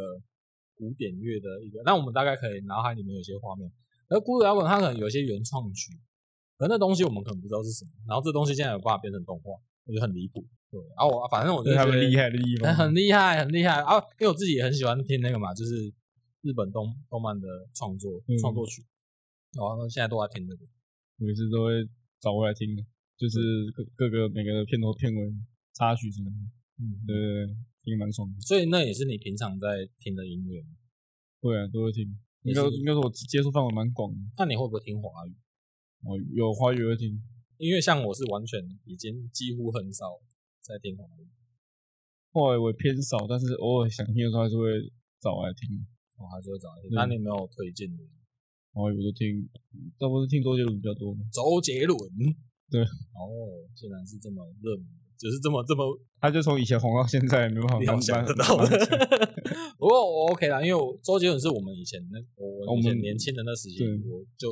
Speaker 1: 古典乐的一个，那我们大概可以脑海里面有些画面。而古典摇滚它可能有一些原创曲，可那东西我们可能不知道是什么，然后这东西现在有办法变成动画，我觉得很离谱。对，然、后我反正我就
Speaker 2: 这是
Speaker 1: 觉
Speaker 2: 他
Speaker 1: 得
Speaker 2: 们厉害的哦地
Speaker 1: 哎
Speaker 2: 方，
Speaker 1: 很厉害，很厉害啊！因为我自己也很喜欢听那个嘛，就是日本动动漫的创作
Speaker 2: 嗯
Speaker 1: 创、作曲，然后现在都在听这个。
Speaker 2: 每次都会找过来听，就是各各个每个片头片尾插曲什么的，
Speaker 1: 嗯，
Speaker 2: 对对对，听蛮爽的。
Speaker 1: 所以那也是你平常在听的音乐吗。
Speaker 2: 对啊，都会听。
Speaker 1: 也
Speaker 2: 应该
Speaker 1: 是
Speaker 2: 应该说我接触范围蛮广的，
Speaker 1: 那你会不会听华语？
Speaker 2: 我有华语也会听，
Speaker 1: 因为像我是完全已经几乎很少在听华语。
Speaker 2: 后来我偏少，但是偶尔想听的时候还是会找来听。
Speaker 1: 我还是哦会找一些。
Speaker 2: 嗯
Speaker 1: 那你有没有推荐的？
Speaker 2: 华语我都听，大部分听周杰伦比较多。
Speaker 1: 周杰伦。
Speaker 2: 对。
Speaker 1: 哦，竟然是这么热门的，就是这么这么
Speaker 2: 他就从以前红到现在，没办法
Speaker 1: 你
Speaker 2: 蛮，
Speaker 1: 好想
Speaker 2: 哦蛮
Speaker 1: 得到
Speaker 2: 蛮
Speaker 1: 的。 不过我 OK 啦，因为我周杰伦是我们以前那我我
Speaker 2: 哦我
Speaker 1: 以
Speaker 2: 们
Speaker 1: 前年轻的那时期
Speaker 2: 对，
Speaker 1: 我就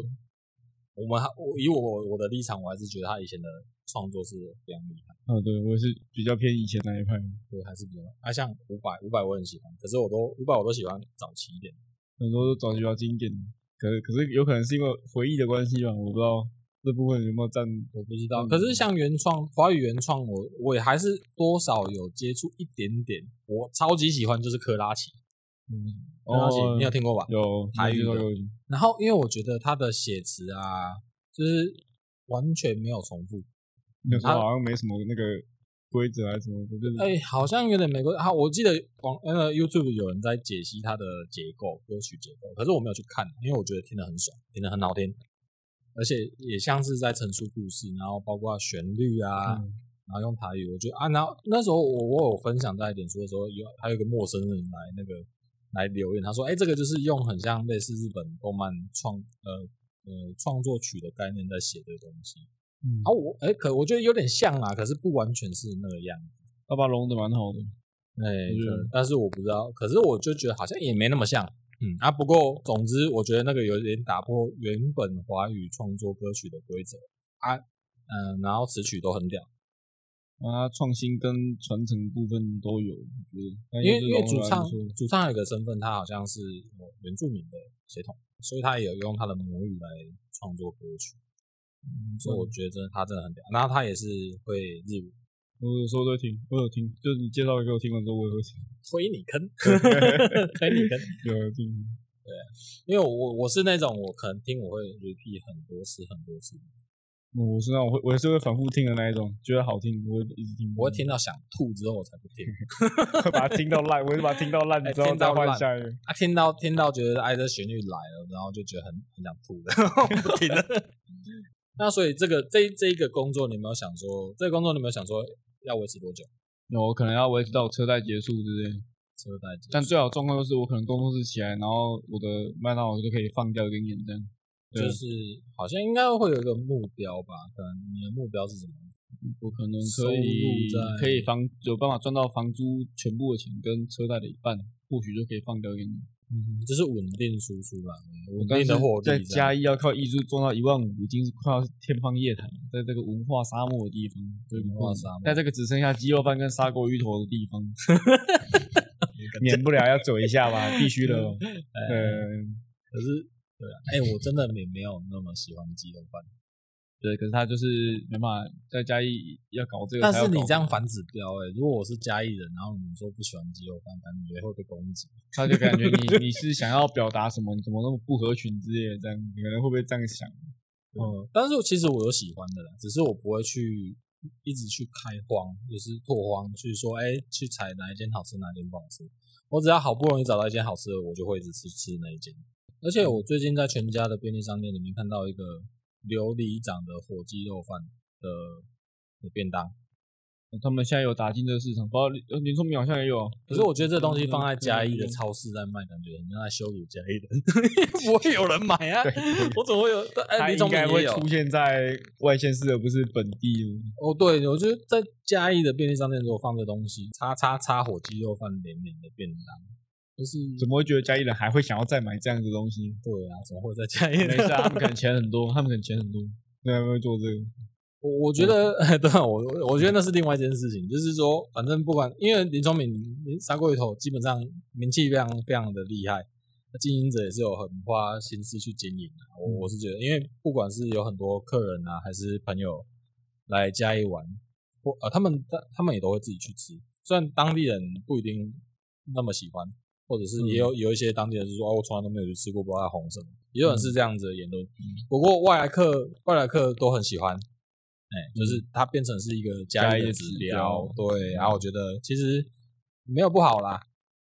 Speaker 1: 我们还我以我我的立场，我还是觉得他以前的创作是非常厉害，
Speaker 2: 嗯，对，我也是比较偏以前那一派，
Speaker 1: 对，还是比较啊，像伍佰，伍佰我很喜欢，可是我都伍佰我都喜欢早期一点，
Speaker 2: 很多都找比较经典的。可是可是有可能是因为回忆的关系吧，我不知道这部分有没有占。
Speaker 1: 我不知道。
Speaker 2: 嗯
Speaker 1: 可是像原创华语原创我，我也还是多少有接触一点点。我超级喜欢就是克拉奇，
Speaker 2: 嗯，
Speaker 1: 克拉奇、你有听过吧？
Speaker 2: 有
Speaker 1: 台语的
Speaker 2: 有有
Speaker 1: 然后因为我觉得他的写词啊，就是完全没有重复。
Speaker 2: 那时候
Speaker 1: 啊
Speaker 2: 好像没什么那个规则还是什么的，就是
Speaker 1: 哎、好像有点美国。好，我记得网那个 YouTube 有人在解析它的结构，歌曲结构，可是我没有去看，啊因为我觉得听得很爽，听得很好听，而且也像是在陈述故事，然后包括旋律啊，
Speaker 2: 嗯
Speaker 1: 然后用台语，我觉得啊，然后那时候我我有分享在脸书的时候，有还有一个陌生人来那个来留言，他说，哎、这个就是用很像类似日本动漫创呃呃创作曲的概念在写这个东西，
Speaker 2: 嗯
Speaker 1: 然后我哎、可我觉得有点像啊，可是不完全是那个样子。
Speaker 2: 他把融的蛮好的。
Speaker 1: 哎、
Speaker 2: 觉
Speaker 1: 可
Speaker 2: 得
Speaker 1: 但是我不知道，可是我就觉得好像也没那么像，嗯啊。不过总之，我觉得那个有点打破原本华语创作歌曲的规则啊，嗯、然后词曲都很屌，
Speaker 2: 啊，创新跟传承部分都有，我觉得。但
Speaker 1: 因为
Speaker 2: 是
Speaker 1: 因为
Speaker 2: 融
Speaker 1: 主
Speaker 2: 合还
Speaker 1: 唱
Speaker 2: 不错
Speaker 1: 主唱有一个身份，他好像是有原住民的血统，所以他也有用他的母语来创作歌曲，嗯所以我觉得真的他真的很屌。然后他也是会日语，
Speaker 2: 我有时候都会听，我有听，就是你介绍给我听完之后，我也会听，
Speaker 1: 推你坑，推你坑。
Speaker 2: 有有听。
Speaker 1: 因为我我我是那种我可能听我会 repeat 很多次很多次，
Speaker 2: 嗯我是那种会，我也是会反复听的那一种，觉得好听，我会一直听。
Speaker 1: 我会听到想吐之后我才不听，
Speaker 2: 嗯会把它听到烂，我是把它听到烂
Speaker 1: 哎
Speaker 2: 之后
Speaker 1: 听到
Speaker 2: 再换
Speaker 1: 烂
Speaker 2: 下一个。
Speaker 1: 啊，听到听到觉得哎这旋律来了，然后就觉得很很想吐的，不听了。 那所以这个这这一个工作，你有没有想说，这个工作你有没有想说要维持多久？
Speaker 2: 有可能要维持到我车贷结束之类的，
Speaker 1: 车贷结束
Speaker 2: 但最好的状况就是我可能工作室起来，然后我的麦当劳就可以放掉一点点这样。对
Speaker 1: 就是好像应该会有一个目标吧？可能你的目标是什么？
Speaker 2: 我可能
Speaker 1: 收入
Speaker 2: 可以
Speaker 1: 在
Speaker 2: 可以房有办法赚到房租全部的钱跟车贷的一半，或许就可以放掉一点点。
Speaker 1: 嗯，就是稳定输出吧，稳
Speaker 2: 但
Speaker 1: 定
Speaker 2: 是
Speaker 1: 的获利这
Speaker 2: 在
Speaker 1: 样。
Speaker 2: 嘉义要靠艺术做到一万五，已经是快要天方夜谭了，在这个文化沙漠的地方，对
Speaker 1: 文化沙漠
Speaker 2: 在这个只剩下鸡肉饭跟砂锅鱼头的地方，免不了要走一下吧，必须的 哦。
Speaker 1: 哎
Speaker 2: 嗯，
Speaker 1: 可是对啊，哎、我真的也没有那么喜欢鸡肉饭，
Speaker 2: 对，可是他就是没办法在嘉义要搞这个，
Speaker 1: 但是你这样，反指标哎、如果我是嘉义人，然后你说不喜欢鸡肉饭，感觉会被攻击。
Speaker 2: 他就感觉你你是想要表达什么？你怎么那么不合群之类的？这样你可能会不会这样想？啊
Speaker 1: 嗯，但是其实我有喜欢的啦，只是我不会去一直去开荒，就是拓荒去说，哎、去采哪一间好吃，哪一间不好吃。我只要好不容易找到一间好吃的，我就会一直吃吃那一间。而
Speaker 2: 嗯
Speaker 1: 且我最近在全家的便利商店里面看到一个琉璃掌的火鸡肉饭的的便当，
Speaker 2: 他们现在有打进这个市场，包括林聪明好像也有啊，
Speaker 1: 可是我觉得这东西
Speaker 2: 嗯
Speaker 1: 放在嘉义的超市在卖，感觉很像在羞辱嘉义人， 不会有人买啊！我怎么会有？哎，
Speaker 2: 他
Speaker 1: 李总
Speaker 2: 应该
Speaker 1: 也
Speaker 2: 会
Speaker 1: 有
Speaker 2: 出现在外县市，而不是本地哦。
Speaker 1: 哦，对，我觉得在嘉义的便利商店如果放这东西，叉叉叉火鸡肉饭连连的便当，就是
Speaker 2: 怎么会觉得嘉义人还会想要再买这样的 东西？
Speaker 1: 对啊，怎么会在嘉义？
Speaker 2: 没事啊，他们可能钱很多，他们可能钱很多，对，他们会做这个。
Speaker 1: 我我觉得， 对啊，我我我觉得那是另外一件事情，就是说，反正不管，因为林聪明砂锅鱼头基本上名气非常非常的厉害，那经营者也是有很花心思去经营啊。我我是觉得，因为不管是有很多客人啊，还是朋友来嘉义玩，或呃，他们他他们也都会自己去吃，虽然当地人不一定那么喜欢，或者是也有、有一些当地人是说，哦，我从来都没有去吃过，不知道它红什么，也有人是这样子的言论。不过外来客外来客都很喜欢，哎、就是它变成是一个加
Speaker 2: 嗯加
Speaker 1: 一
Speaker 2: 一
Speaker 1: 的
Speaker 2: 的
Speaker 1: 指
Speaker 2: 指
Speaker 1: 标
Speaker 2: 标，嗯
Speaker 1: 对。然后我觉得其实没有不好啦，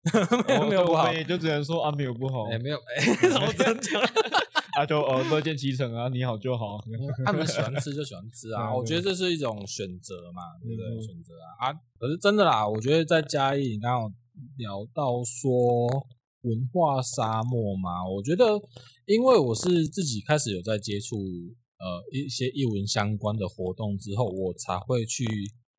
Speaker 1: 没
Speaker 2: 哦
Speaker 1: 有没有不好
Speaker 2: 我，也就只能说啊，没有不好
Speaker 1: 哎、，没有，哎、 怎么这样讲？
Speaker 2: 啊就呃乐见其成啊，你好就好。
Speaker 1: 他们喜欢吃就喜欢吃啊，
Speaker 2: 嗯
Speaker 1: 我觉得这是一种选择嘛，对不对？
Speaker 2: 嗯
Speaker 1: 选择啊啊！可是真的啦，我觉得在嘉义，你刚刚有聊到说文化沙漠嘛，我觉得因为我是自己开始有在接触呃一些艺文相关的活动之后，我才会去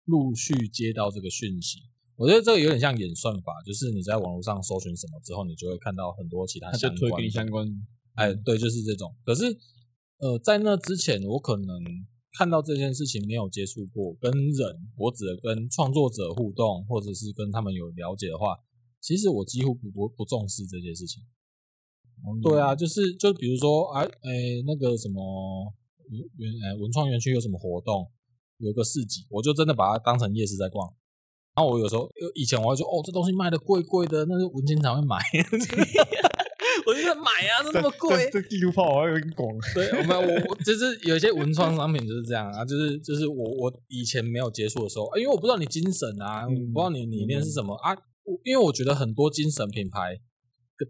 Speaker 1: 陆续接到这个讯息。我觉得这个有点像演算法，就是你在网络上搜寻什么之后，你就会看到很多其他
Speaker 2: 他就
Speaker 1: 相
Speaker 2: 推
Speaker 1: 关
Speaker 2: 给
Speaker 1: 的
Speaker 2: 你相关，
Speaker 1: 哎，对，就是这种。可是，呃，在那之前，我可能看到这件事情没有接触过，跟人，我只跟创作者互动，或者是跟他们有了解的话，其实我几乎不不不重视这些事情。对啊，就是就比如说啊，哎、那个什么原哎、文创园区有什么活动，有个市集，我就真的把它当成夜市在逛。然后我有时候以前我会说，哦，这东西卖的贵贵的，那个文青才会买。 我就在买啊，这那么贵，
Speaker 2: 这地图炮好像有点广，啊
Speaker 1: 对，我们我我就是有一些文创商品就是这样啊，就是就是我我以前没有接触的时候，啊因为我不知道你精神啊，我
Speaker 2: 嗯
Speaker 1: 不知道你理念是什么啊，我因为我觉得很多精神品牌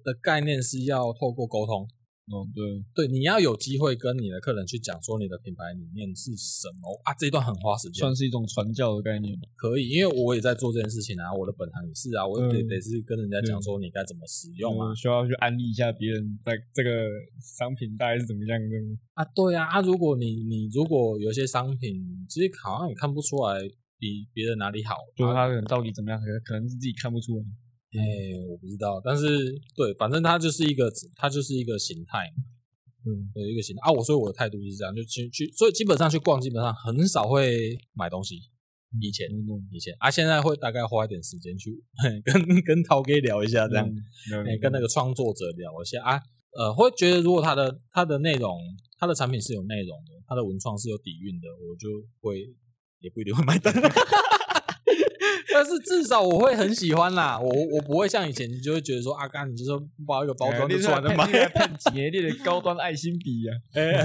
Speaker 1: 的概念是要透过沟通，
Speaker 2: 哦对，
Speaker 1: 对，你要有机会跟你的客人去讲说你的品牌理念是什么啊，这一段很花时间，
Speaker 2: 算是一种传教的概念。
Speaker 1: 可以，因为我也在做这件事情啊，我的本行也是啊，我得
Speaker 2: 嗯
Speaker 1: 得是跟人家讲说你该怎么使用啊
Speaker 2: 呃，需要去安利一下别人在这个商品大概是怎么样的。
Speaker 1: 啊，对啊，啊，如果你你如果有一些商品，其实好像也看不出来比别人哪里好，
Speaker 2: 就是
Speaker 1: 啊
Speaker 2: 他可能到底怎么样，可能可能是自己看不出来。
Speaker 1: 哎、我不知道，但是对，反正它就是一个它就是一个形态嘛，
Speaker 2: 嗯，
Speaker 1: 有一个形态啊，我所以我的态度就是这样，就去去，所以基本上去逛，基本上很少会买东西，
Speaker 2: 嗯
Speaker 1: 以前以前啊，现在会大概花一点时间去 跟跟涛哥聊一下这样，
Speaker 2: 嗯，
Speaker 1: 哎、跟那个创作者聊一下啊，呃，会觉得如果他的他的内容，他的产品是有内容的，他的文创是有底蕴的，我就会也不一定会买单。 但是至少我会很喜欢啦，我我不会像以前，你就会觉得说啊，干你就是包一个包
Speaker 2: 哎
Speaker 1: 装就出来了
Speaker 2: 啊
Speaker 1: 嘛，
Speaker 2: 骗钱，列的高端爱心笔啊 呀，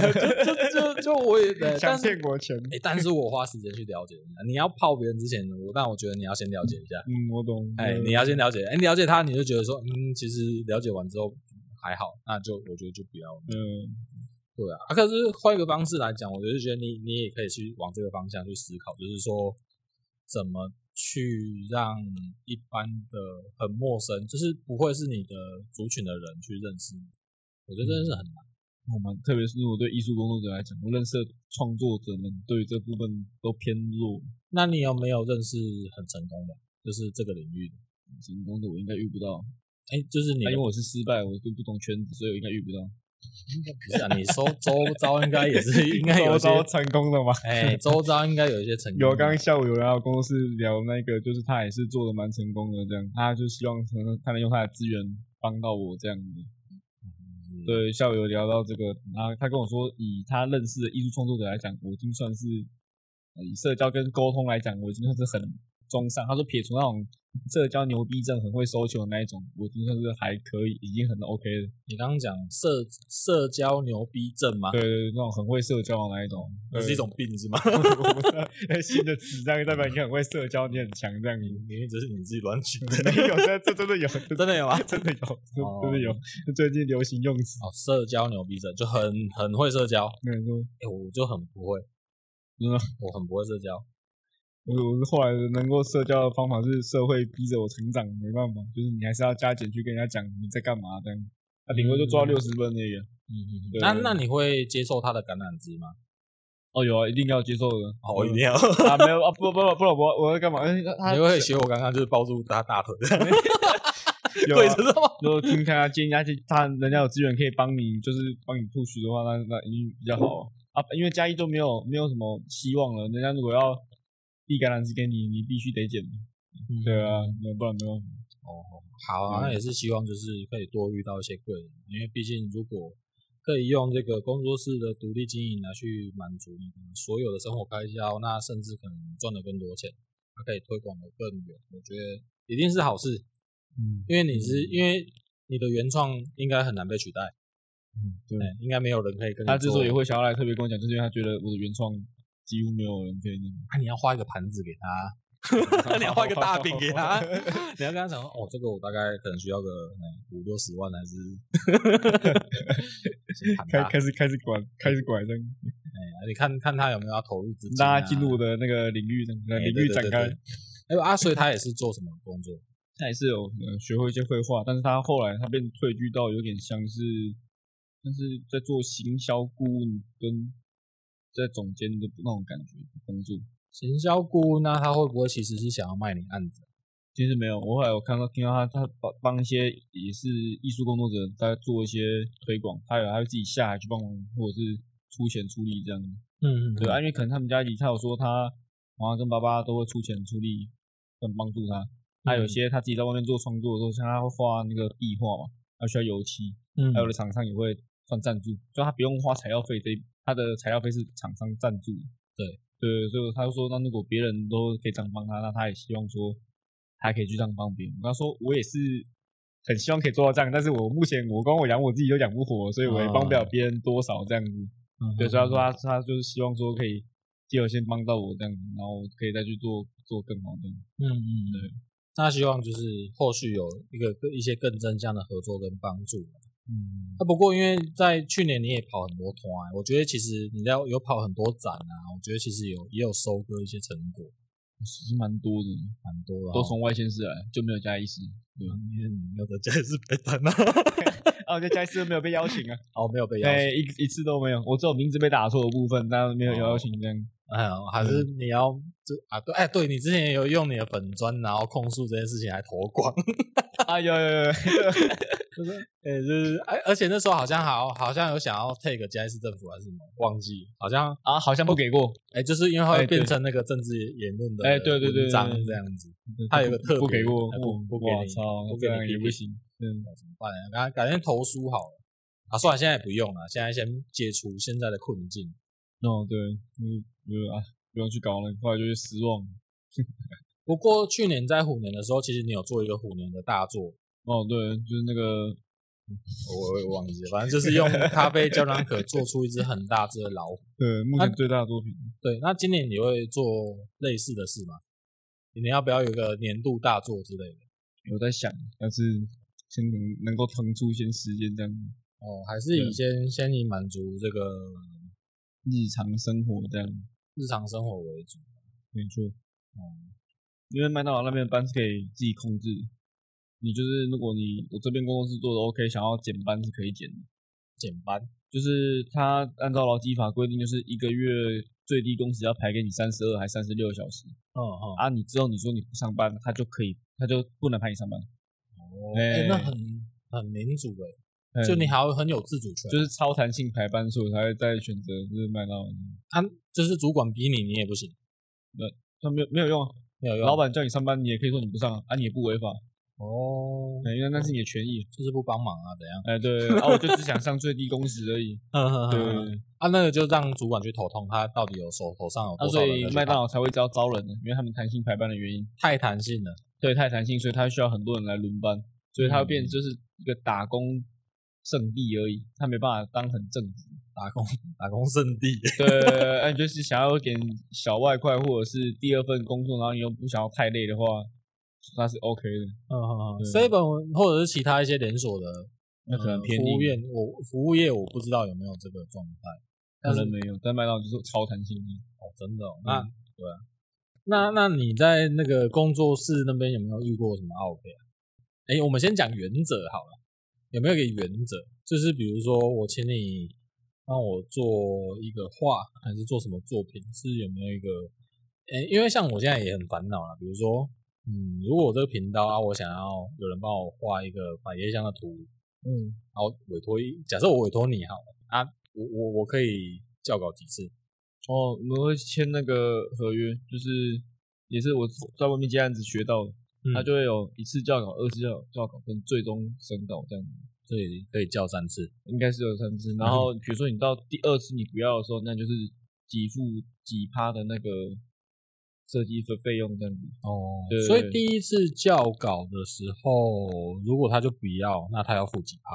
Speaker 1: 哎就就就就我 也，对但
Speaker 2: 想
Speaker 1: 是
Speaker 2: 骗我钱。
Speaker 1: 哎、但是我花时间去了解人家，你要泡别人之前，我但我觉得你要先了解一下，
Speaker 2: 嗯，我懂。
Speaker 1: 哎、你
Speaker 2: 嗯
Speaker 1: 要先了解，哎、你了解他，你就觉得说，嗯，其实了解完之后还好，那就我觉得就不要了。
Speaker 2: 嗯，
Speaker 1: 对啊，啊可是换一个方式来讲，我就是觉得你你也可以去往这个方向去思考，就是说怎么去让一般的很陌生，就是不会是你的族群的人去认识你。我觉得真的是很难。
Speaker 2: 我们特别是如果对艺术工作者来讲，我认识的创作者们对于这部分都偏弱。
Speaker 1: 那你有没有认识很成功的，就是这个领域的？
Speaker 2: 成功的我应该遇不到，
Speaker 1: 哎、就是你的
Speaker 2: 那因为我是失败，我就不懂圈子，所以我应该遇不到。
Speaker 1: 不是啊，你说周遭应该也是 应该有一些，
Speaker 2: 招成功了吗？
Speaker 1: 哎，周遭应该有一些成功的。
Speaker 2: 有，刚刚下午有人到公司聊那个，就是他也是做的蛮成功的，这样，他就希望能他能用他的资源帮到我这样子。
Speaker 1: 嗯
Speaker 2: 对，下午有聊到这个，然后他跟我说，以他认识的艺术创作者来讲，我已经算是呃以社交跟沟通来讲，我已经算是很中上。他说撇除那种社交牛逼症、很会收球的那一种，我已经算是还可以，已经很 OK 了。
Speaker 1: 你刚刚讲社社交牛逼症吗？
Speaker 2: 对对对，那种很会社交的那一种，
Speaker 1: 哦这是一种病是吗？
Speaker 2: 对 新的词，这样代表你很会社交，你很强这样子。
Speaker 1: 因为这是你自己乱取的，
Speaker 2: 没有，这这真的有，真
Speaker 1: 真的有吗？
Speaker 2: 真的有，真
Speaker 1: 哦
Speaker 2: 真的有，最近流行用词。
Speaker 1: 哦，社交牛逼症就很很会社交，
Speaker 2: 那你说，
Speaker 1: 哎，我就很不会，
Speaker 2: 真的吗
Speaker 1: 我很不会社交。
Speaker 2: 我我是后来能够社交的方法是社会逼着我成长，没办法，就是你还是要加减去跟人家讲你在干嘛这样。他顶多就抓
Speaker 1: 嗯
Speaker 2: 六十分而已啊。
Speaker 1: 嗯嗯嗯
Speaker 2: 对
Speaker 1: 那那你会接受他的橄榄枝吗？
Speaker 2: 哦，有啊，一定要接受的。
Speaker 1: 哦，一
Speaker 2: 嗯
Speaker 1: 定要。
Speaker 2: 啊，没有啊，不不不不，我我要干嘛？哎他
Speaker 1: 你会学我刚刚就是抱住他大腿，
Speaker 2: 有
Speaker 1: 对
Speaker 2: 啊
Speaker 1: 着他吗？
Speaker 2: 就听看他建议他去，他人家有资源可以帮你，就是帮你 push 的话，那那一定比较好啊。因为嘉义都没有没有什么希望了，人家如果要递橄榄枝给你，你必须得捡。
Speaker 1: 嗯
Speaker 2: 对啊，那不然没有。
Speaker 1: 哦，好啊，
Speaker 2: 嗯
Speaker 1: 那也是希望就是可以多遇到一些贵人，因为毕竟如果可以用这个工作室的独立经营来去满足你的所有的生活开销，那甚至可能赚的更多钱，它可以推广的更远，我觉得一定是好事，
Speaker 2: 嗯，
Speaker 1: 因为你是因为你的原创应该很难被取代，
Speaker 2: 嗯对。
Speaker 1: 对，应该没有人可以跟你
Speaker 2: 他之所以
Speaker 1: 做
Speaker 2: 会想要来特别跟我讲，就是因为他觉得我的原创几乎没有人 可以
Speaker 1: 啊，你要画一个盘子给他，
Speaker 2: 那
Speaker 1: 你要画一个大饼给他 你要跟他讲说，哦，这个我大概可能需要个嗯五六十万还是先砍
Speaker 2: 开
Speaker 1: 他
Speaker 2: 开始开始管开始管这样，
Speaker 1: 哎你看看他有没有要投入资金、啊，
Speaker 2: 让他进入我的那个领域这样，
Speaker 1: 哎
Speaker 2: 领域展。
Speaker 1: 对对对
Speaker 2: 开。
Speaker 1: 对哎、啊，所以他也是做什么工作？
Speaker 2: 他也是有呃学会一些绘画，但是他后来他变退居到有点像是，像是在做行销顾问跟在总监的那种感觉工作。
Speaker 1: 行销顾问，那他会不会其实是想要卖你案子？
Speaker 2: 其实没有，我后来有看到听到他他帮帮一些也是艺术工作者在做一些推广，他有他会自己下海去帮忙，或者是出钱出力这样。
Speaker 1: 嗯
Speaker 2: 对啊，因为可能他们家里他有说他妈妈跟爸爸都会出钱出力，很帮助他。他啊
Speaker 1: 嗯
Speaker 2: 有些他自己在外面做创作的时候，像他会画那个壁画嘛，他需要油漆，
Speaker 1: 嗯
Speaker 2: 还有的厂商也会算赞助，就他不用花材料费，这一他的材料费是厂商赞助的。
Speaker 1: 对
Speaker 2: 对，所以他就说，那如果别人都可以这样帮他，那他也希望说他可以去这样帮别人。我跟他说，我也是很希望可以做到这样，但是我目前我光我养我自己都养不活，所以我也帮不了别人多少这样子。
Speaker 1: 嗯
Speaker 2: 对，所以他说他他就是希望说可以借由先帮到我这样，子，然后我可以再去做做更好的。
Speaker 1: 嗯嗯嗯，对。那希望就是后续有一个一些更正向的合作跟帮助。啊
Speaker 2: 嗯，
Speaker 1: 那不过因为在去年你也跑很多团、啊我觉得其实你要有跑很多展啊，我觉得其实有也有收割一些成果，
Speaker 2: 其实蛮多的，
Speaker 1: 蛮多的、哦嗯
Speaker 2: 都从外县市来，就没有加一市。对，
Speaker 1: 因为你没有在家里是被单啊，
Speaker 2: 啊，我在加一市都没有被邀请啊，
Speaker 1: 哦，没有被邀请。
Speaker 2: 对，一一次都没有，我只有名字被打错的部分，但
Speaker 1: 哦
Speaker 2: 没有邀请这样。
Speaker 1: 哎呦，还是你要就啊对，哎对，你之前也有用你的粉砖，然后控诉这件事情还投广，
Speaker 2: 啊，有有有，
Speaker 1: 哎就是哎，而且那时候好像好好像有想要 take 嘉义市政府还是什么， 忘 记好像
Speaker 2: 啊，好像不给过，
Speaker 1: 哎，就是因为它
Speaker 2: 哎
Speaker 1: 会
Speaker 2: 对
Speaker 1: 变成那个政治言论的
Speaker 2: 哎对对对
Speaker 1: 文章
Speaker 2: 对对
Speaker 1: 这样子， 他有个特别
Speaker 2: 不给过，
Speaker 1: 哎不不给
Speaker 2: 我
Speaker 1: 你
Speaker 2: 操，
Speaker 1: 不给
Speaker 2: 这
Speaker 1: 你
Speaker 2: 样也
Speaker 1: 批
Speaker 2: 不
Speaker 1: 评
Speaker 2: 行。嗯，
Speaker 1: 怎么办啊？赶改天投书好了啊，算了，现在也不用了，现在先解除现在的困境。
Speaker 2: 哦对，嗯，就啊，不用去搞了，后来就会失望。
Speaker 1: 不过去年在虎年的时候，其实你有做一个虎年的大作，
Speaker 2: 哦，对，就是那个
Speaker 1: 我我也忘记了，反正就是用咖啡胶囊壳做出一只很大只的老虎。
Speaker 2: 对目
Speaker 1: 啊
Speaker 2: 前最大的作品。
Speaker 1: 对，那今年你会做类似的事吗？你要不要有一个年度大作之类的？
Speaker 2: 有在想，但是先能能够腾出一些时间，这样
Speaker 1: 哦，还是以先先以满足这个
Speaker 2: 日常生活这样
Speaker 1: 日常生活为主。嗯
Speaker 2: 没错。哦、因为麦当劳那边的班是可以自己控制，你就是如果你我这边工作室做的 OK，想要减班是可以减的，
Speaker 1: 减班，
Speaker 2: 就是他按照劳基法规定，就是一个月最低工时要排给你三十二还三十六小时
Speaker 1: 嗯嗯，
Speaker 2: 啊，你之后你说你不上班，他就可以他就不能排你上班。
Speaker 1: 哦，哎
Speaker 2: 哎
Speaker 1: 那很很民主哎，
Speaker 2: 嗯
Speaker 1: 就你还要很有自主权，
Speaker 2: 就是超弹性排班数，才会再选择就是麦当劳。
Speaker 1: 他就是主管逼你，你也不行，
Speaker 2: 那没有没有用啊，
Speaker 1: 没有用。
Speaker 2: 老板叫你上班，你也可以说你不上啊，啊你也不违法，
Speaker 1: 哦，
Speaker 2: 哎因为那是你的权益。
Speaker 1: 就是不帮忙啊，怎样？
Speaker 2: 哎，对，啊我就只想上最低工时而 已。对，
Speaker 1: 啊，那个就让主管去头痛，他到底有手头上有
Speaker 2: 啊
Speaker 1: 多少
Speaker 2: 所
Speaker 1: 人
Speaker 2: 以
Speaker 1: 可以
Speaker 2: 麦
Speaker 1: 帮
Speaker 2: 当劳才会招招人呢，因为他们弹性排班的原因。
Speaker 1: 太弹性了，
Speaker 2: 对，太弹性，所以它需要很多人来轮班，所以它会变
Speaker 1: 嗯
Speaker 2: 就是一个打工圣地而已，它没办法当很正职。
Speaker 1: 打工打工圣 地。
Speaker 2: 对，哎，就是想要点小外快或者是第二份工作，然后你又不想要太累的话，它是 OK 的。
Speaker 1: 嗯嗯嗯
Speaker 2: 对
Speaker 1: ，seven 或者是其他一些连锁的，
Speaker 2: 那可能
Speaker 1: 呃
Speaker 2: 偏
Speaker 1: 服
Speaker 2: 硬
Speaker 1: 务业，我服务业我不知道有没有这个状态，但
Speaker 2: 可
Speaker 1: 是
Speaker 2: 能没有，但麦当劳就是超弹性的。
Speaker 1: 哦，真的、哦，那、对啊，那那你在那个工作室那边有没有遇过什么 OK 啊？哎、我们先讲原则好了，有没有一个原则？就是比如说我请你帮我做一个画，还是做什么作品？是有没有一个？哎、因为像我现在也很烦恼啦，比如说，嗯，如果我这个频道啊，我想要有人帮我画一个百叶箱的图，
Speaker 2: 嗯，
Speaker 1: 然后委托一，假设我委托你好了啊，我我我可以校稿几次？
Speaker 2: 哦，我们会签那个合约，就是也是我在外面接案子学到的，
Speaker 1: 嗯
Speaker 2: 它就会有一次教稿、二次教稿教稿跟最终审稿这样子。
Speaker 1: 所以可以叫三次。
Speaker 2: 应该是有三次。然
Speaker 1: 嗯
Speaker 2: 后比如说你到第二次你不要的时候，那就是给付几趴的那个设计费费用这样子。
Speaker 1: 哦
Speaker 2: 对
Speaker 1: 所以第一次校稿的时候，如果他就不要，那他要付几趴？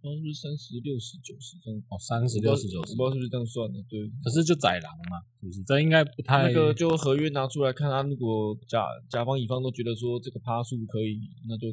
Speaker 2: 好像是三十六、十九、十这样。
Speaker 1: 哦，三十六、十九
Speaker 2: 我不
Speaker 1: 十
Speaker 2: 知，道我不知道是不是这样算的。对，
Speaker 1: 可是就宰狼嘛，是不是？这应该不太
Speaker 2: 那个就合约拿出来看，他如果甲甲方乙方都觉得说这个趴数可以，那就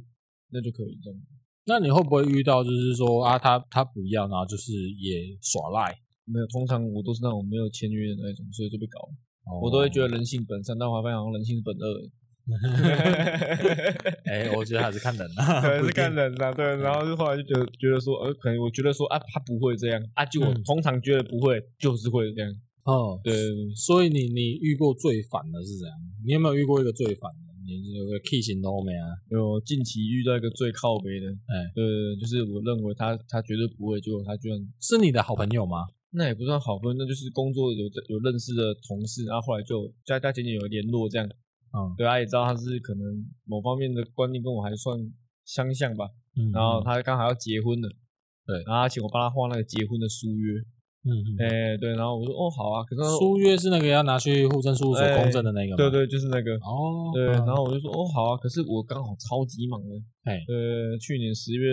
Speaker 2: 那就可以这样。
Speaker 1: 那你会不会遇到就是说啊，他他不要，然后就是也耍赖？
Speaker 2: 没有，通常我都是那种没有签约的那种，所以就被搞了。
Speaker 1: 哦
Speaker 2: 我都会觉得人性本善，但我还发现好像人性是本 恶。
Speaker 1: 得， 哎、我觉得还是看人 啊，
Speaker 2: 可能
Speaker 1: 不
Speaker 2: 是
Speaker 1: 一定嗯
Speaker 2: 看人啦、对，然后就后来就觉得觉得说，呃，可能我觉得说啊，他不会这样啊，就我
Speaker 1: 嗯
Speaker 2: 通常觉得不会，就是会这样，
Speaker 1: 哦。
Speaker 2: 对对对，
Speaker 1: 所以你你遇过最烦的是怎样？你有没有遇过一个最烦的？你有个 key 型都没啊？
Speaker 2: 有近期遇到一个最靠北的，
Speaker 1: 哎
Speaker 2: 对对，对就是我认为他他绝对不会，结果他居然
Speaker 1: 是你的好朋友吗？
Speaker 2: 那也不算好分，那就是工作有有认识的同事，然后后来就加加减减有联络这样，
Speaker 1: 嗯
Speaker 2: 对，他也知道他是可能某方面的观念跟我还算相像吧，
Speaker 1: 嗯
Speaker 2: 然后他刚好要结婚了，
Speaker 1: 对
Speaker 2: 然后他请我帮他画那个结婚的书约，
Speaker 1: 嗯嗯，嗯
Speaker 2: 哎、对，然后我说哦好啊，可是他
Speaker 1: 书约是那个要拿去户政事务所公证的那个吗？
Speaker 2: 对。对，就是那个。
Speaker 1: 哦，
Speaker 2: 对，
Speaker 1: 嗯
Speaker 2: 然后我就说哦好啊，可是我刚好超级忙的，
Speaker 1: 哎
Speaker 2: 呃，去年十月、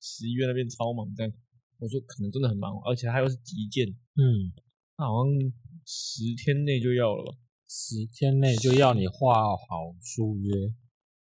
Speaker 2: 十一月那边超忙这样，我说可能真的很忙，而且它又是急件，
Speaker 1: 嗯，
Speaker 2: 它好像十天内就要了吧？
Speaker 1: 十天内就要你画好书约。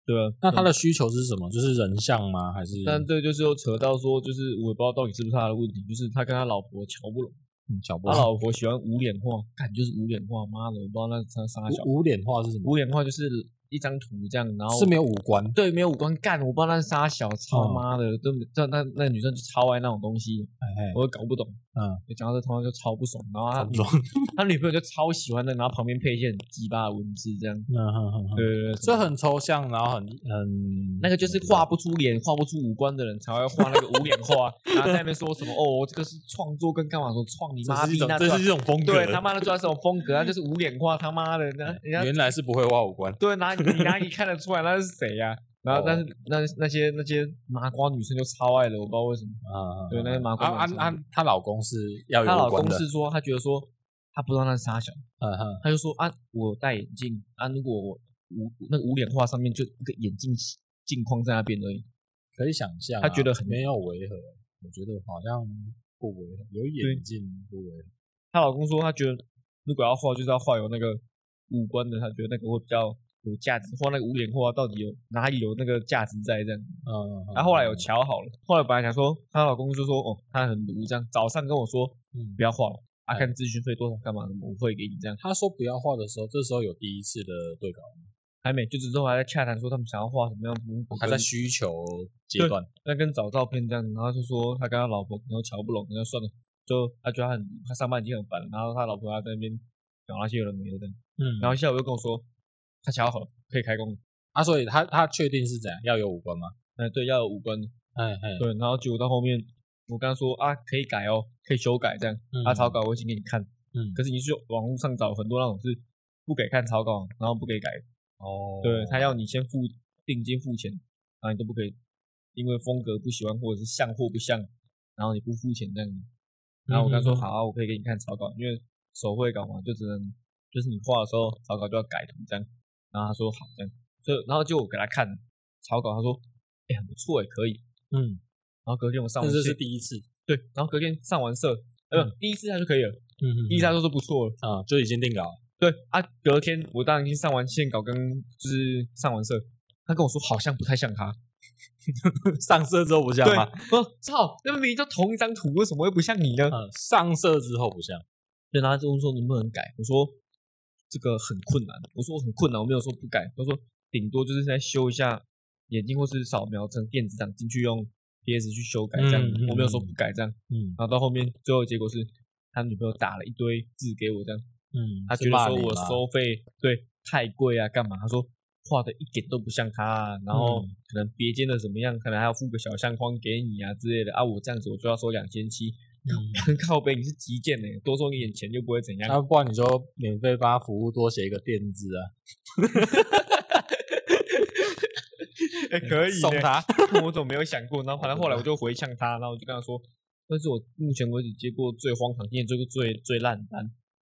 Speaker 2: 对吧？
Speaker 1: 那他的需求是什么？就是人像吗？还是
Speaker 2: 但对，就是有扯到说，就是我也不知道到底是不是他的问题，就是他跟他老婆瞧不拢，
Speaker 1: 嗯脚步
Speaker 2: 他？老婆喜欢无脸画，干就是无脸画，妈的，我不知道那他啥小
Speaker 1: 无无脸画是什么？
Speaker 2: 无脸画就是一张图这样，然后
Speaker 1: 是没有五官。
Speaker 2: 对，没有五官干，我不知道那是啥小，操
Speaker 1: 嗯
Speaker 2: 妈的，真的，这那那女生就超爱那种东西，
Speaker 1: 哎哎，
Speaker 2: 我也搞不懂。
Speaker 1: 嗯，
Speaker 2: 讲到这他妈就超不爽，然后他
Speaker 1: 差 不多。
Speaker 2: 他女朋友就超喜欢的，然后旁边配一些很鸡巴的文字这样。
Speaker 1: 嗯哼哼哼
Speaker 2: 对对对，
Speaker 1: 所以很抽象，然后很很
Speaker 2: 那个就是画不出脸、画不出五官的人才会画那个无脸 画，然后在那边说什么哦，这个是创作跟干嘛说创你
Speaker 1: 这是
Speaker 2: 妈逼
Speaker 1: 一种
Speaker 2: 那
Speaker 1: 这是一
Speaker 2: 段。
Speaker 1: 种风格。
Speaker 2: 对他妈的专这种风格，他就是无脸画，他妈的，那人家
Speaker 1: 原来是不会画五官。
Speaker 2: 对哪你哪里看得出来那是谁呀、然后但
Speaker 1: 哦
Speaker 2: 是那那些那些麻瓜女生就超爱的，我不知道为什么。
Speaker 1: 啊
Speaker 2: 对那个麻瓜
Speaker 1: 啊
Speaker 2: 男生
Speaker 1: 啊啊！她老公是要
Speaker 2: 她
Speaker 1: 有
Speaker 2: 老
Speaker 1: 五官
Speaker 2: 公
Speaker 1: 的。
Speaker 2: 是说，她觉得说她不知道那是啥小，
Speaker 1: 嗯哼，
Speaker 2: 她就说啊，我戴眼镜啊，如果我无那个无脸画上面就一个眼镜镜框在那边而已，
Speaker 1: 可以想象啊。
Speaker 2: 他觉得很
Speaker 1: 没有违和，我觉得好像不违和，有眼镜不违和。
Speaker 2: 她老公说她觉得如果要画就是要画有那个五官的，她觉得那个会比较有价值，画那个无脸画到底有哪里有那个价值在这样。
Speaker 1: 嗯，
Speaker 2: 然后后来有瞧好了，后来本来想说她老公就说哦，她很奴这样，早上跟我说
Speaker 1: 嗯
Speaker 2: 不要画了，啊看咨询费多少干嘛的，我会给你这样。
Speaker 1: 他说不要画的时候，这时候有第一次的对稿，
Speaker 2: 还没，就只是都还在洽谈说他们想要画什么样的风格，
Speaker 1: 哦还在需求阶段。
Speaker 2: 那跟找照片这样，然后就说他跟他老婆可能瞧不拢，那就算了，就他觉得他很他上班已经很烦了，然后他老婆还在那边搞那些有的没的这样，
Speaker 1: 嗯然后
Speaker 2: 然后下午又跟我说他瞧好了，可以开工了，
Speaker 1: 啊，所以他他确定是怎样要有五官吗？
Speaker 2: 哎对，要有五官，
Speaker 1: 哎哎，
Speaker 2: 对，然后结果到后面，我跟他说啊，可以改哦，可以修改这样，啊
Speaker 1: 嗯
Speaker 2: 他、草哦稿我已经给你看，
Speaker 1: 嗯
Speaker 2: 可是你去网络上找很多那种是不给看草稿，然后不给改，
Speaker 1: 哦，
Speaker 2: 对他要你先付定金付钱，然后你都不可以，因为风格不喜欢或者是像或不像，然后你不付钱这样子。然后我跟他说
Speaker 1: 嗯
Speaker 2: 好啊，我可以给你看草稿，因为手绘稿嘛，就只能就是你画的时候草稿就要改图这样。然后他说好这样，所以然后就我给他看草稿，他说哎、很不错哎、可以。
Speaker 1: 嗯，
Speaker 2: 然后隔天我嗯上
Speaker 1: 但
Speaker 2: 完
Speaker 1: 这
Speaker 2: 色
Speaker 1: 是第一次，
Speaker 2: 对，然后隔天上完色，呃，
Speaker 1: 嗯
Speaker 2: 第一次他就可以了，
Speaker 1: 嗯
Speaker 2: 第一次他就说不错了。
Speaker 1: 啊就已经定稿了，
Speaker 2: 对啊，隔天我当然已经上完线稿跟就是上完色，他跟我说好像不太像他，
Speaker 1: 上色之后不像
Speaker 2: 对，
Speaker 1: 吗？
Speaker 2: 我操，那明明就同一张图，为什么会不像你呢？
Speaker 1: 嗯，上色之后不像，
Speaker 2: 对，他就问说能不能改，我说这个很困难，我说我很困难，我没有说不改，他说顶多就是再修一下眼睛或是扫描成电子档进去用 PS 去修改这样，
Speaker 1: 嗯嗯
Speaker 2: 我没有说
Speaker 1: 嗯
Speaker 2: 不改这样，
Speaker 1: 嗯
Speaker 2: 然后到后面最后结果是他女朋友打了一堆字给我这样。
Speaker 1: 嗯，
Speaker 2: 他
Speaker 1: 是
Speaker 2: 觉得
Speaker 1: 骂
Speaker 2: 说
Speaker 1: 你
Speaker 2: 我
Speaker 1: 吗
Speaker 2: 收费对太贵啊，干嘛？他说画的一点都不像他、啊，然
Speaker 1: 嗯
Speaker 2: 后可能别间的怎么样，可能还要付个小相框给你啊之类的啊。我这样子我就要收两千七，
Speaker 1: 嗯
Speaker 2: 靠背你是极贱呢，欸多收你点钱又不会怎样。
Speaker 1: 那不然你就免费帮他服务，多写一个电字啊，
Speaker 2: 哎 可以
Speaker 1: 送
Speaker 2: 呢，
Speaker 1: 他。
Speaker 2: 我怎么没有想过？然后反正后来我就回呛他，然后我就跟他说，那是我目前为止接过最荒唐，也接过最最烂的单，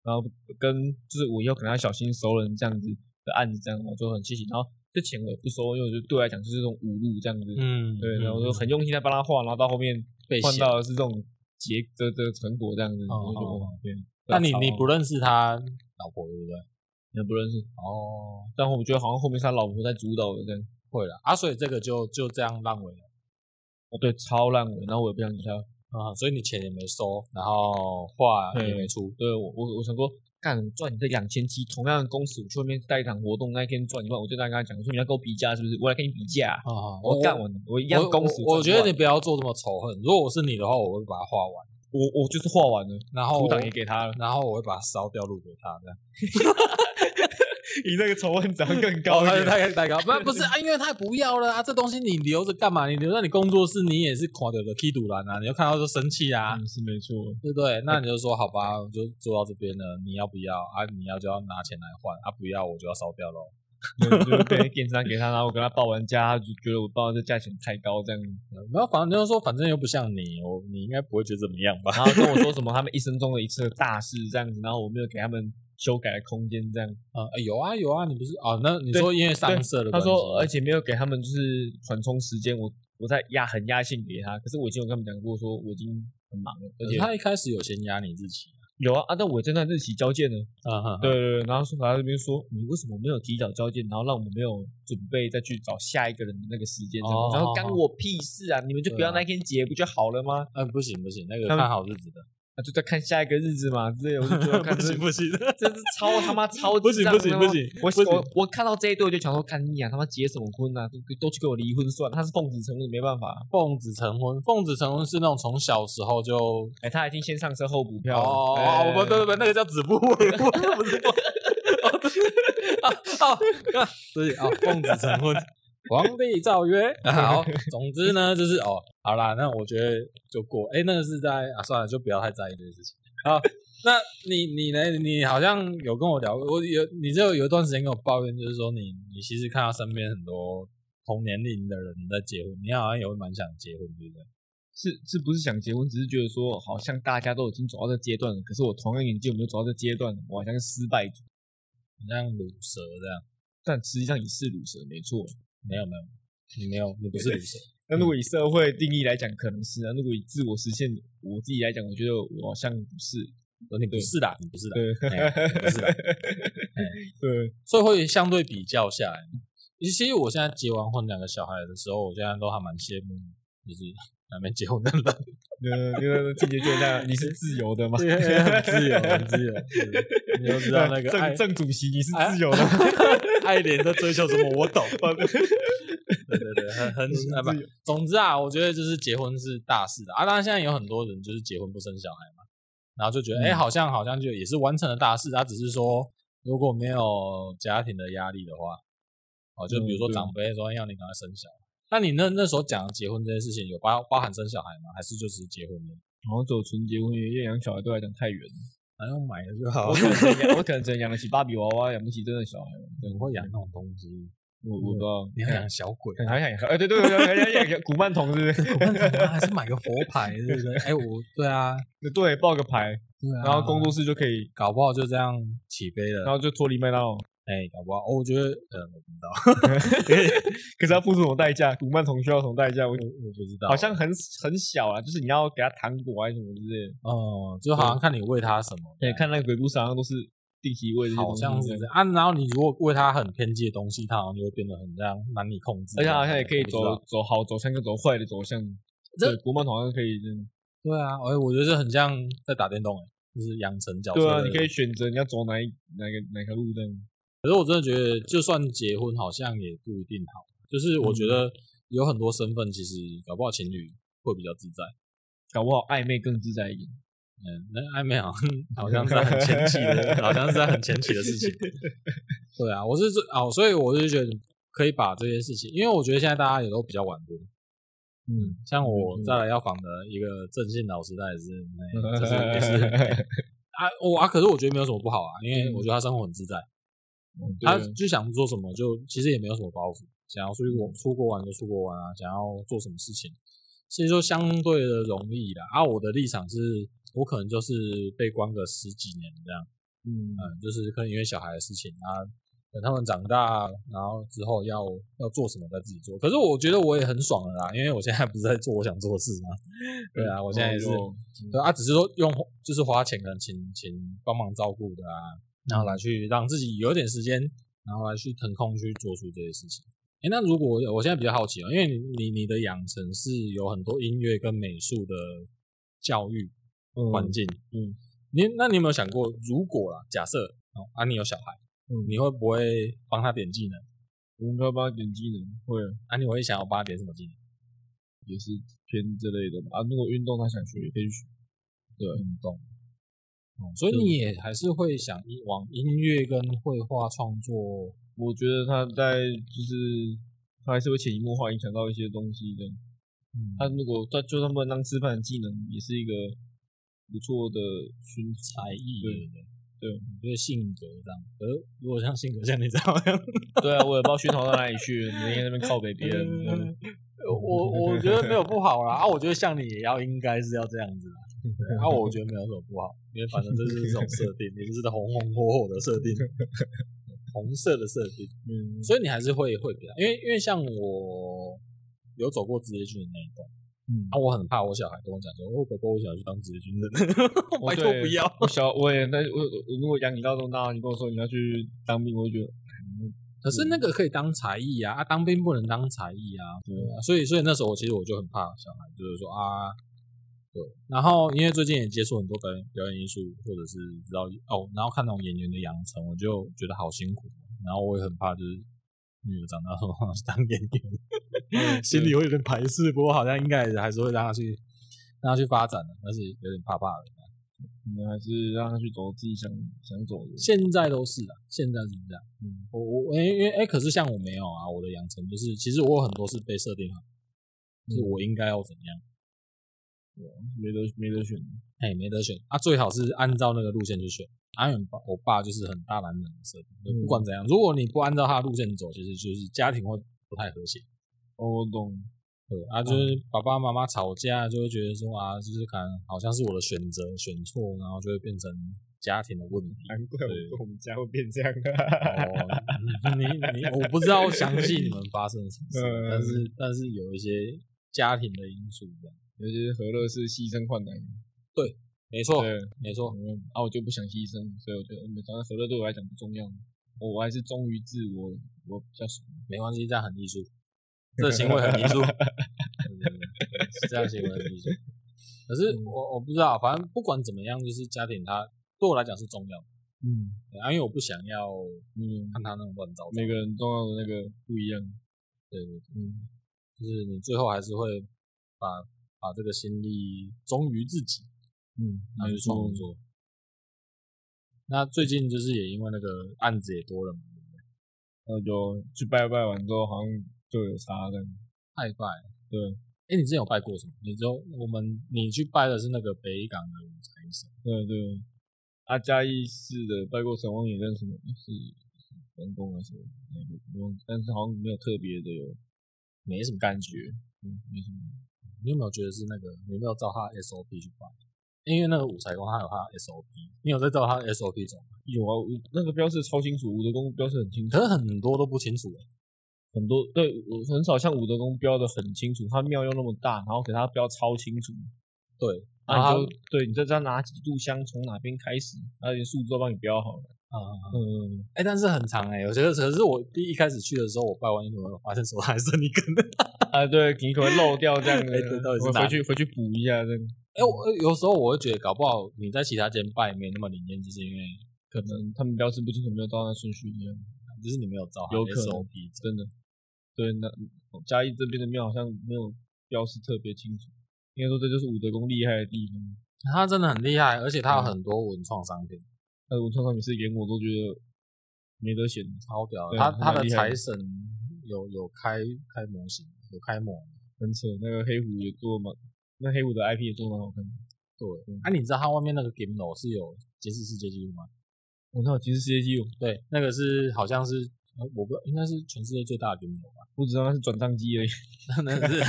Speaker 2: 然后跟就是我以后可能要小心熟人这样子的案子，这样我就很谢谢。然后这钱我也不收，因为我觉得对我来讲就是这种侮辱这样子。
Speaker 1: 嗯，
Speaker 2: 对，然后
Speaker 1: 嗯
Speaker 2: 我就很用心在帮他画，然后到后面
Speaker 1: 被
Speaker 2: 换
Speaker 1: 笑。
Speaker 2: 到的是这种结这这成果这样子，
Speaker 1: 哦
Speaker 2: 我就觉得
Speaker 1: 哦
Speaker 2: 哇对。啊
Speaker 1: 那你你不
Speaker 2: 不
Speaker 1: 认识他老婆对不对？
Speaker 2: 也不认识，
Speaker 1: 哦，
Speaker 2: 但我觉得好像后面是他老婆在主导的这样。
Speaker 1: 会了啊，所以这个就就这样烂尾了
Speaker 2: 哦，对，超烂尾，然后我也不想理他。
Speaker 1: 啊，所以你钱也没收，然后话也没出，
Speaker 2: 对我我我想说，干我赚你这两千七，同样的工时，我去外面带一场活动，那一天赚一万，我就在跟他讲，我说你要跟我比价是不是？我来跟你比价啊，
Speaker 1: 啊，
Speaker 2: 我干我我一样
Speaker 1: 我
Speaker 2: 工时
Speaker 1: 我我觉
Speaker 2: 赚一
Speaker 1: 得
Speaker 2: 万
Speaker 1: 你不要做这么仇恨。如果我是你的话，我会把它画完，
Speaker 2: 我我就是画完了，
Speaker 1: 然后
Speaker 2: 图
Speaker 1: 哦我
Speaker 2: 档也给 他了，
Speaker 1: 然后我会把它烧掉，录给他这样。
Speaker 2: 你那个仇恨值更
Speaker 1: 哦他就大概大概不不是啊，因为他不要了啊，这东西你留着干嘛？你留在你工作室，你也是看到的 K 堵栏啊，你就看到就生气啊，
Speaker 2: 嗯是没错，
Speaker 1: 对不对？那你就说好吧，我就做到这边了，你要不要啊？你要就要拿钱来换啊，不要我就要烧掉喽。
Speaker 2: 对就是被电商给他，然后我跟他报完价，他就觉得我报的这价钱太高这样，
Speaker 1: 然后反正就是说，反正又不像你，我你应该不会觉得怎么样吧？
Speaker 2: 然后跟我说什么他们一生中的一次的大事这样子，然后我没有给他们修改的空间这样。
Speaker 1: 啊、有啊有啊，你不是哦？那你
Speaker 2: 对
Speaker 1: 说因为上色的
Speaker 2: 他
Speaker 1: 关系，
Speaker 2: 说，哎而且没有给他们就是缓冲时间，我我在压很压线给他，可是我已经有跟他们讲过，说我已经很忙了，
Speaker 1: 而
Speaker 2: 而且
Speaker 1: 且他一开始有先压你日期，
Speaker 2: 有啊，啊，但我真的日期交件了，
Speaker 1: 啊哈，
Speaker 2: 对对对，然后说法在那边说，你为什么没有提早交件，然后让我们没有准备再去找下一个人的那个时间，这样
Speaker 1: 哦
Speaker 2: 然后干我屁事啊，你们就不要
Speaker 1: 对啊
Speaker 2: 那天结不就好了吗？
Speaker 1: 嗯、不行不行，那个
Speaker 2: 他们
Speaker 1: 看好日子的，
Speaker 2: 那啊就再看下一个日子嘛，之类的，我就 觉得啊看这
Speaker 1: 不行，
Speaker 2: 真是超他妈 超
Speaker 1: 不
Speaker 2: 智
Speaker 1: 行
Speaker 2: 障
Speaker 1: 不行
Speaker 2: 的
Speaker 1: 不
Speaker 2: 吗
Speaker 1: 行
Speaker 2: 我
Speaker 1: 不行
Speaker 2: 我我看到这一对我就想说，干你啊，他妈结什么婚啊，都都去给我离婚算了，他是奉子成婚，没办法啊、
Speaker 1: 奉子成婚，奉子成婚是那种从小时候就
Speaker 2: 哎、他已经先上车后补票了。
Speaker 1: 哦
Speaker 2: 哎
Speaker 1: 哦，不对不对，那个叫子 不悔婚，不是奉哦哦，啊对哦，奉子成婚，皇帝诏 曰。
Speaker 2: 啊
Speaker 1: 好，总之呢，就是哦，好啦，那我觉得就过。哎，那个是在啊，算了，就不要太在意这个事情。好，那你你呢？你好像有跟我聊过，我有你就有一段时间跟我抱怨，就是说你你其实看到身边很多同年龄的人在结婚，你好像也会蛮想结婚，对不对？
Speaker 2: 是是不是想结婚？只是觉得说，好像大家都已经走到这阶段了，可是我同样年纪有没有走到这阶段？我好像是失败者，
Speaker 1: 你像乳蛇这样，
Speaker 2: 但实际上你是乳蛇，没错。
Speaker 1: 没有没有，你没有，你不是乳蛇。
Speaker 2: 那如果以
Speaker 1: 嗯
Speaker 2: 社会定义来讲，可能是啊；如果以自我实现我自己来讲，我觉得我好像不是。
Speaker 1: 呃你不是啦，你不是啦，
Speaker 2: 对，
Speaker 1: 哎你不是啦，
Speaker 2: 对，
Speaker 1: 所以会相对比较下来，其实我现在结完婚两个小孩的时候，我现在都还蛮羡慕，就是 还没结婚的人，
Speaker 2: 呃，因为这节就像你是自由的嘛，
Speaker 1: 很自由，很自由。 是你都知道那个爱
Speaker 2: 郑 郑主席，你是
Speaker 1: 哎
Speaker 2: 自由的吗，
Speaker 1: 爱莲在追求什么，我 懂。对对对，很很
Speaker 2: 自由
Speaker 1: 很不，总之啊，我觉得就是结婚是大事的啊。当然，现在有很多人就是结婚不生小孩嘛，然后就觉得哎、
Speaker 2: 嗯
Speaker 1: 诶好像好像就也是完成了大事，他、只是说如果没有家庭的压力的话，哦，就比如说
Speaker 2: 嗯对
Speaker 1: 长辈说要你赶快生小孩，那你那那时候讲结婚这件事情，有包包含生小孩吗？还是就是结婚呢？
Speaker 2: 好像走纯结婚，因为养小孩对我来讲太远了。
Speaker 1: 反正买了就好
Speaker 2: 我可能只能养，我可能只能养得起芭比娃娃，养不起真的小孩。
Speaker 1: 我会养那种东西，
Speaker 2: 我我不知道，
Speaker 1: 你还养小鬼
Speaker 2: 很还想养，哎，对对对对，还想养古曼童是 不
Speaker 1: 我问你啊还是买个佛牌，对不对？哎，我对啊，
Speaker 2: 是？对，报个牌，
Speaker 1: 对啊。
Speaker 2: 然后工作室就可以，
Speaker 1: 搞不好就这样起飞
Speaker 2: 然
Speaker 1: 了，
Speaker 2: 后就脱离麦当劳。
Speaker 1: 哎，搞不好哦，我觉得，呃，我不知道，
Speaker 2: 可是要付出什么代价？古曼童需要什么代价？我
Speaker 1: 我不知道，
Speaker 2: 好像很很小啊，就是你要给他糖果还是什么之类的。
Speaker 1: 哦，就好像看你喂它什么，
Speaker 2: 对，看那个鬼故事好像都是定期喂这些
Speaker 1: 好
Speaker 2: 东西，
Speaker 1: 像是这样啊。然后你如果喂它很偏激的东西，它好像就会变得很这样难以控制，
Speaker 2: 而且好哎像也可以
Speaker 1: 我不知
Speaker 2: 走
Speaker 1: 道
Speaker 2: 走好走向跟走坏的走向。
Speaker 1: 这
Speaker 2: 对，古曼童好像可以这样。
Speaker 1: 对啊，哎，我觉得这很像在打电动，哎，就是养成角色。
Speaker 2: 对啊，你可以。选择你要走哪一哪个哪条路这样。
Speaker 1: 可是我真的觉得，就算结婚，好像也不一定好。就是我
Speaker 2: 嗯
Speaker 1: 觉得有很多身份，其实搞不好情侣会比较自在。
Speaker 2: 搞不好暧昧更自在一点。
Speaker 1: 嗯，那暧昧好像 好像是在很前期的，好像是在很前期的事情。 对啊，我是这哦，所以我就觉得可以把这些事情，因为我觉得现在大家也都比较晚婚。嗯，像我
Speaker 2: 嗯
Speaker 1: 再来要访的一个郑信老师，他也是， 哎就是也是啊，我啊，可是我觉得没有什么不好啊，因为
Speaker 2: 嗯
Speaker 1: 我觉得他生活很自在，他
Speaker 2: 他
Speaker 1: 就想做什么就其实也没有什么包袱，想要出去国出国玩就出国玩啊，想要做什么事情，其实就相对的容易啦。啊，我的立场是我可能就是被关个十几年这样，
Speaker 2: 嗯
Speaker 1: 嗯，就是可能因为小孩的事情啊，等他们长大，然后之后要要做什么再自己做。可是我觉得我也很爽了啦，因为我现在不是在做我想做的事啊， 对啊，我现在也是。
Speaker 2: 哦
Speaker 1: 对啊，只是说用就是花钱，可能请请帮忙照顾的啊，然后来去让自己有一点时间，然后来去腾空去做出这些事情。诶，那如果我现在比较好奇哦，因为你你你的养成是有很多音乐跟美术的教育环境，
Speaker 2: 嗯
Speaker 1: 你那你有没有想过，如果啦，假设哦啊你有小孩，
Speaker 2: 嗯
Speaker 1: 你会不会帮他点技能？
Speaker 2: 我们要帮他点技能，会啊
Speaker 1: 啊，你会想要帮他点什么技能？
Speaker 2: 也是偏这类的吧。啊，如果运动他想学也可以学。对，运动。
Speaker 1: 哦所以
Speaker 2: 啊
Speaker 1: 你也还是会想一往音乐跟绘画创作
Speaker 2: 我觉得他在就是他还是会潜移默化影响到一些东西的。他如果他就算不能当吃饭的技能，也是一个不错的熏
Speaker 1: 才艺，
Speaker 2: 对对，
Speaker 1: 就是性格这样。可是如果像性格像你这样，
Speaker 2: 对啊，我也不知道熏陶到哪里去，你在那边靠北别人。嗯
Speaker 1: 我 我觉得没有不好啦。啊，我觉得像你也要应该是要这样子啦。
Speaker 2: 嗯
Speaker 1: 对啊，我觉得没有什么不好，因为反正这就是这种设定，你就是红红火火的设定，红色的设定，
Speaker 2: 嗯
Speaker 1: 所以你还是会会比较，因为因为像我有走过职业军人那一段。
Speaker 2: 嗯
Speaker 1: 啊，我很怕我小孩跟我讲说，哦，哥哥，我想要去当职业 军人，拜托
Speaker 2: 对
Speaker 1: 不要。
Speaker 2: 我小我也那我我如果养你到这么大，你跟我说你要去当兵，我就觉得
Speaker 1: 可是那个可以当才艺啊，啊，当兵不能当才艺啊，对啊，所以所以那时候我其实我就很怕小孩，就是说啊，对，然后因为最近也接触很多表演表演艺术，或者是知道哦，然后看那种演员的养成，我就觉得好辛苦，哦然后我也很怕就是女儿长大后当演员，嗯 心里会有点排斥，不过好像应该还是会让她去让她去发展的，但是有点怕怕的。
Speaker 2: 你还是让他去走自己想想走的。
Speaker 1: 现在都是啊，现在是这样。嗯，我我因为因为哎、可是像我没有啊，我的养成就是，其实我有很多是被设定好，就是我应该要怎样，
Speaker 2: 嗯啊没得没得选。啊
Speaker 1: 哎、没得选啊，最好是按照那个路线去选。啊，因为我爸我爸就是很大男人的设定，就不
Speaker 2: 嗯
Speaker 1: 管怎样，如果你不按照他的路线走，其实就是家庭会不太和谐。
Speaker 2: 哦，我懂。
Speaker 1: 对啊，就是
Speaker 2: 哦
Speaker 1: 爸爸妈妈吵架，就会觉得说啊，就是可能好像是我的选择选错，然后就会变成家庭的问题。
Speaker 2: 难怪
Speaker 1: 对
Speaker 2: 我们家会变这 样。
Speaker 1: 哦，你你我不知道详细你们发生了什么事，
Speaker 2: 嗯
Speaker 1: 但是但是有一些家庭的因素这样。
Speaker 2: 有些何乐是牺牲换来的。
Speaker 1: 没错，
Speaker 2: 对，
Speaker 1: 没错，
Speaker 2: 嗯啊，我就不想牺牲，所以我觉得，嗯，反正何乐对我来讲不重要。我我还是忠于自我，我比较爽。
Speaker 1: 没关系，这样很 艺术，这个行为很艺术，对对对是这样行为很艺术。可是
Speaker 2: 嗯
Speaker 1: 我我不知道，反正不管怎么样，就是家庭它对我来讲是重要的，
Speaker 2: 嗯
Speaker 1: 对啊，因为我不想要
Speaker 2: 嗯，
Speaker 1: 看他那种乱糟糟
Speaker 2: 每，个人重要的那个不一样。
Speaker 1: 对对对，
Speaker 2: 嗯
Speaker 1: 就是你最后还是会把把这个心力忠于自己，
Speaker 2: 嗯，
Speaker 1: 然后去创作。那最近就是也因为那个案子也多了嘛，
Speaker 2: 然后就去拜拜完之后，好像就有差的。
Speaker 1: 拜拜。
Speaker 2: 对，
Speaker 1: 哎，你之前有拜过什么？你就我们你去拜的是那个北港的五财神，
Speaker 2: 对对，啊，嘉义市的拜过城隍爷，但是什么是关公还是什么？那个我忘记，但是好像没有特别的有，
Speaker 1: 没什么感觉。
Speaker 2: 嗯，没什么。
Speaker 1: 你有没有觉得是那个？你有没有照他的 SOP 去拜？因为那个五财公他有他的 SOP，你有在照他的 SOP 走吗？
Speaker 2: 有啊，我那个标示超清楚，武德宫标示很清楚
Speaker 1: 可，是很多都不清楚欸
Speaker 2: 很多对我很少像武德宫标的很清楚，它庙又那么大，然后给它标超清楚，
Speaker 1: 对，然
Speaker 2: 啊，
Speaker 1: 后
Speaker 2: 你就对，你就知道哪几炷香从哪边开始，它连数字都帮你标好了。
Speaker 1: 啊，嗯嗯
Speaker 2: 嗯，
Speaker 1: 哎、但是很长哎、我觉得可是我第一开始去的时候，我拜完一轮，我发现手上还剩一根。
Speaker 2: 啊，对，你可能会漏掉这样 的，
Speaker 1: 哎这到底是
Speaker 2: 我
Speaker 1: 哪
Speaker 2: 回去回去补一下这样。
Speaker 1: 哎、我有时候我会觉得，搞不好你在其他间拜没那么灵验，就是因为
Speaker 2: 可能他们标示不清楚，没有照那顺序一样，
Speaker 1: 就是你没有照它
Speaker 2: 有可能
Speaker 1: SOP 走。
Speaker 2: 真的。对，那嘉义这边的庙好像没有标示特别清楚，应该说这就是武德宫厉害的地方。
Speaker 1: 它真的很厉害，而且
Speaker 2: 嗯
Speaker 1: 它有很多文创商品，
Speaker 2: 那文创上面是连我都觉得没得选，
Speaker 1: 超屌的。
Speaker 2: 对
Speaker 1: 它
Speaker 2: 真的
Speaker 1: 它的
Speaker 2: 厉害
Speaker 1: 财神有有开开模型，有开模。
Speaker 2: 很扯。那个黑虎也做嘛，那黑虎的 IP 也做蛮好看的。
Speaker 1: 对，啊，你知道它外面那个 game 楼是有吉士世界纪录吗？
Speaker 2: 我靠，其实世界纪录，
Speaker 1: 对，那个是好像是呃我不应该是全世界最大的 game 楼吧？
Speaker 2: 我只知道那是转账机而已。
Speaker 1: 那个 是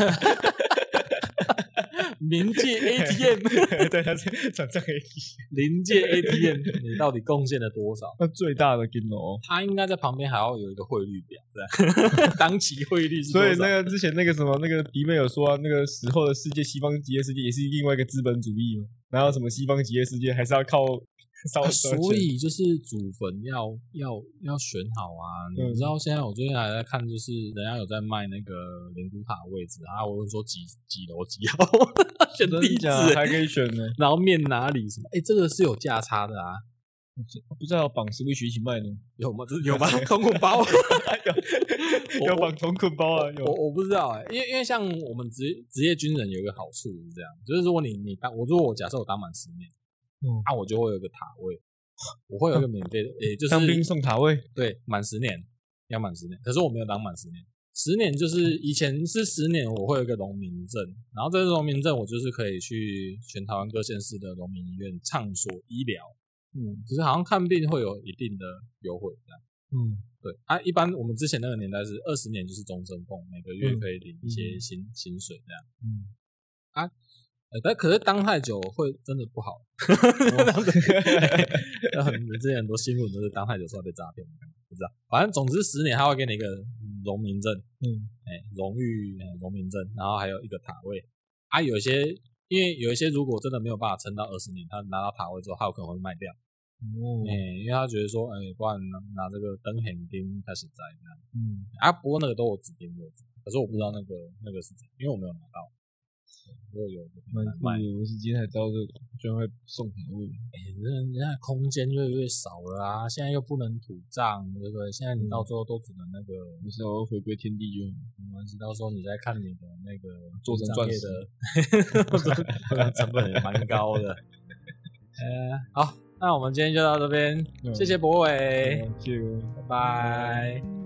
Speaker 1: 冥界 ATM。
Speaker 2: 对，它是转账 A。
Speaker 1: 临界 ATM，你到底贡献了多少？
Speaker 2: 那最大的哦金额，
Speaker 1: 他应该在旁边还要有一个汇率表，对吧， 当期汇率是多
Speaker 2: 所
Speaker 1: 少？
Speaker 2: 以那个之前那个什么那个迪妹有说啊，那个时候的世界，西方极乐世界也是另外一个资本主义嘛。然后什么西方极乐世界还是要 靠烧
Speaker 1: 啊
Speaker 2: 烧
Speaker 1: 所
Speaker 2: 钱
Speaker 1: 以就是祖坟要要要选好啊！
Speaker 2: 嗯
Speaker 1: 你知道现在我最近还在看，就是人家有在卖那个灵骨塔位置啊，我问说几几楼几号 选
Speaker 2: 真
Speaker 1: 地址
Speaker 2: 假
Speaker 1: 欸，
Speaker 2: 还可以选呢，
Speaker 1: 然后面哪里什么？哎、这个是有价差的啊，
Speaker 2: 不知道绑 Switch 一起卖呢？
Speaker 1: 有吗？这有吗？空空包。 我
Speaker 2: 有绑同捆包啊，有
Speaker 1: 我 我不知道哎、因为因为像我们职职业军人有一个好处是这样，就是如果你你当我如果我假设我当满十年，
Speaker 2: 嗯
Speaker 1: 那、我就会有一个塔位，我会有一个免费 的，也、就是
Speaker 2: 当兵送塔位，
Speaker 1: 对满十年要满十年，可是我没有当满十年，十年就是以前是十年，我会有一个农民证，然后这个农民证我就是可以去全台湾各县市的农民医院畅所医疗，
Speaker 2: 嗯
Speaker 1: 只是好像看病会有一定的优惠这样。
Speaker 2: 嗯，
Speaker 1: 对啊，一般我们之前那个年代是二十年就是终身俸，每个月
Speaker 2: 嗯
Speaker 1: 可以领一些薪、薪水这样。
Speaker 2: 嗯
Speaker 1: 啊，呃但可是当太久会真的不好。 很之前很多新闻都是当太久出来被诈骗，不知道。反正总之十年他会给你一个嗯荣民证，
Speaker 2: 嗯，
Speaker 1: 哎、荣誉呃荣民证，然后还有一个塔位。啊，有些因为有一些如果真的没有办法撑到二十年，他拿到塔位之后，他有可能会卖掉，
Speaker 2: 哦
Speaker 1: 哎、因为他觉得说，哎、不然拿拿这个灯很丁开始摘这样。
Speaker 2: 嗯，
Speaker 1: 啊，不过那个都有指定位置，可是我不知道那个那个是怎样，因为我没有拿到。如果有
Speaker 2: 蛮
Speaker 1: 难
Speaker 2: 酷
Speaker 1: 卖，
Speaker 2: 的，我是今天才知道这个，居然会送塔位，
Speaker 1: 哎、人人家空间越来越少了啊，现在又不能土葬，对不对？现在你到最后都只能那个，
Speaker 2: 没事，嗯我要回归天地就好。
Speaker 1: 没关系，到时候你再看你的那个
Speaker 2: 做成钻石
Speaker 1: 的，成本也蛮高的。呃，好，那我们今天就到这边，
Speaker 2: 嗯
Speaker 1: 谢谢博伟，
Speaker 2: 好谢谢各位。
Speaker 1: 拜拜。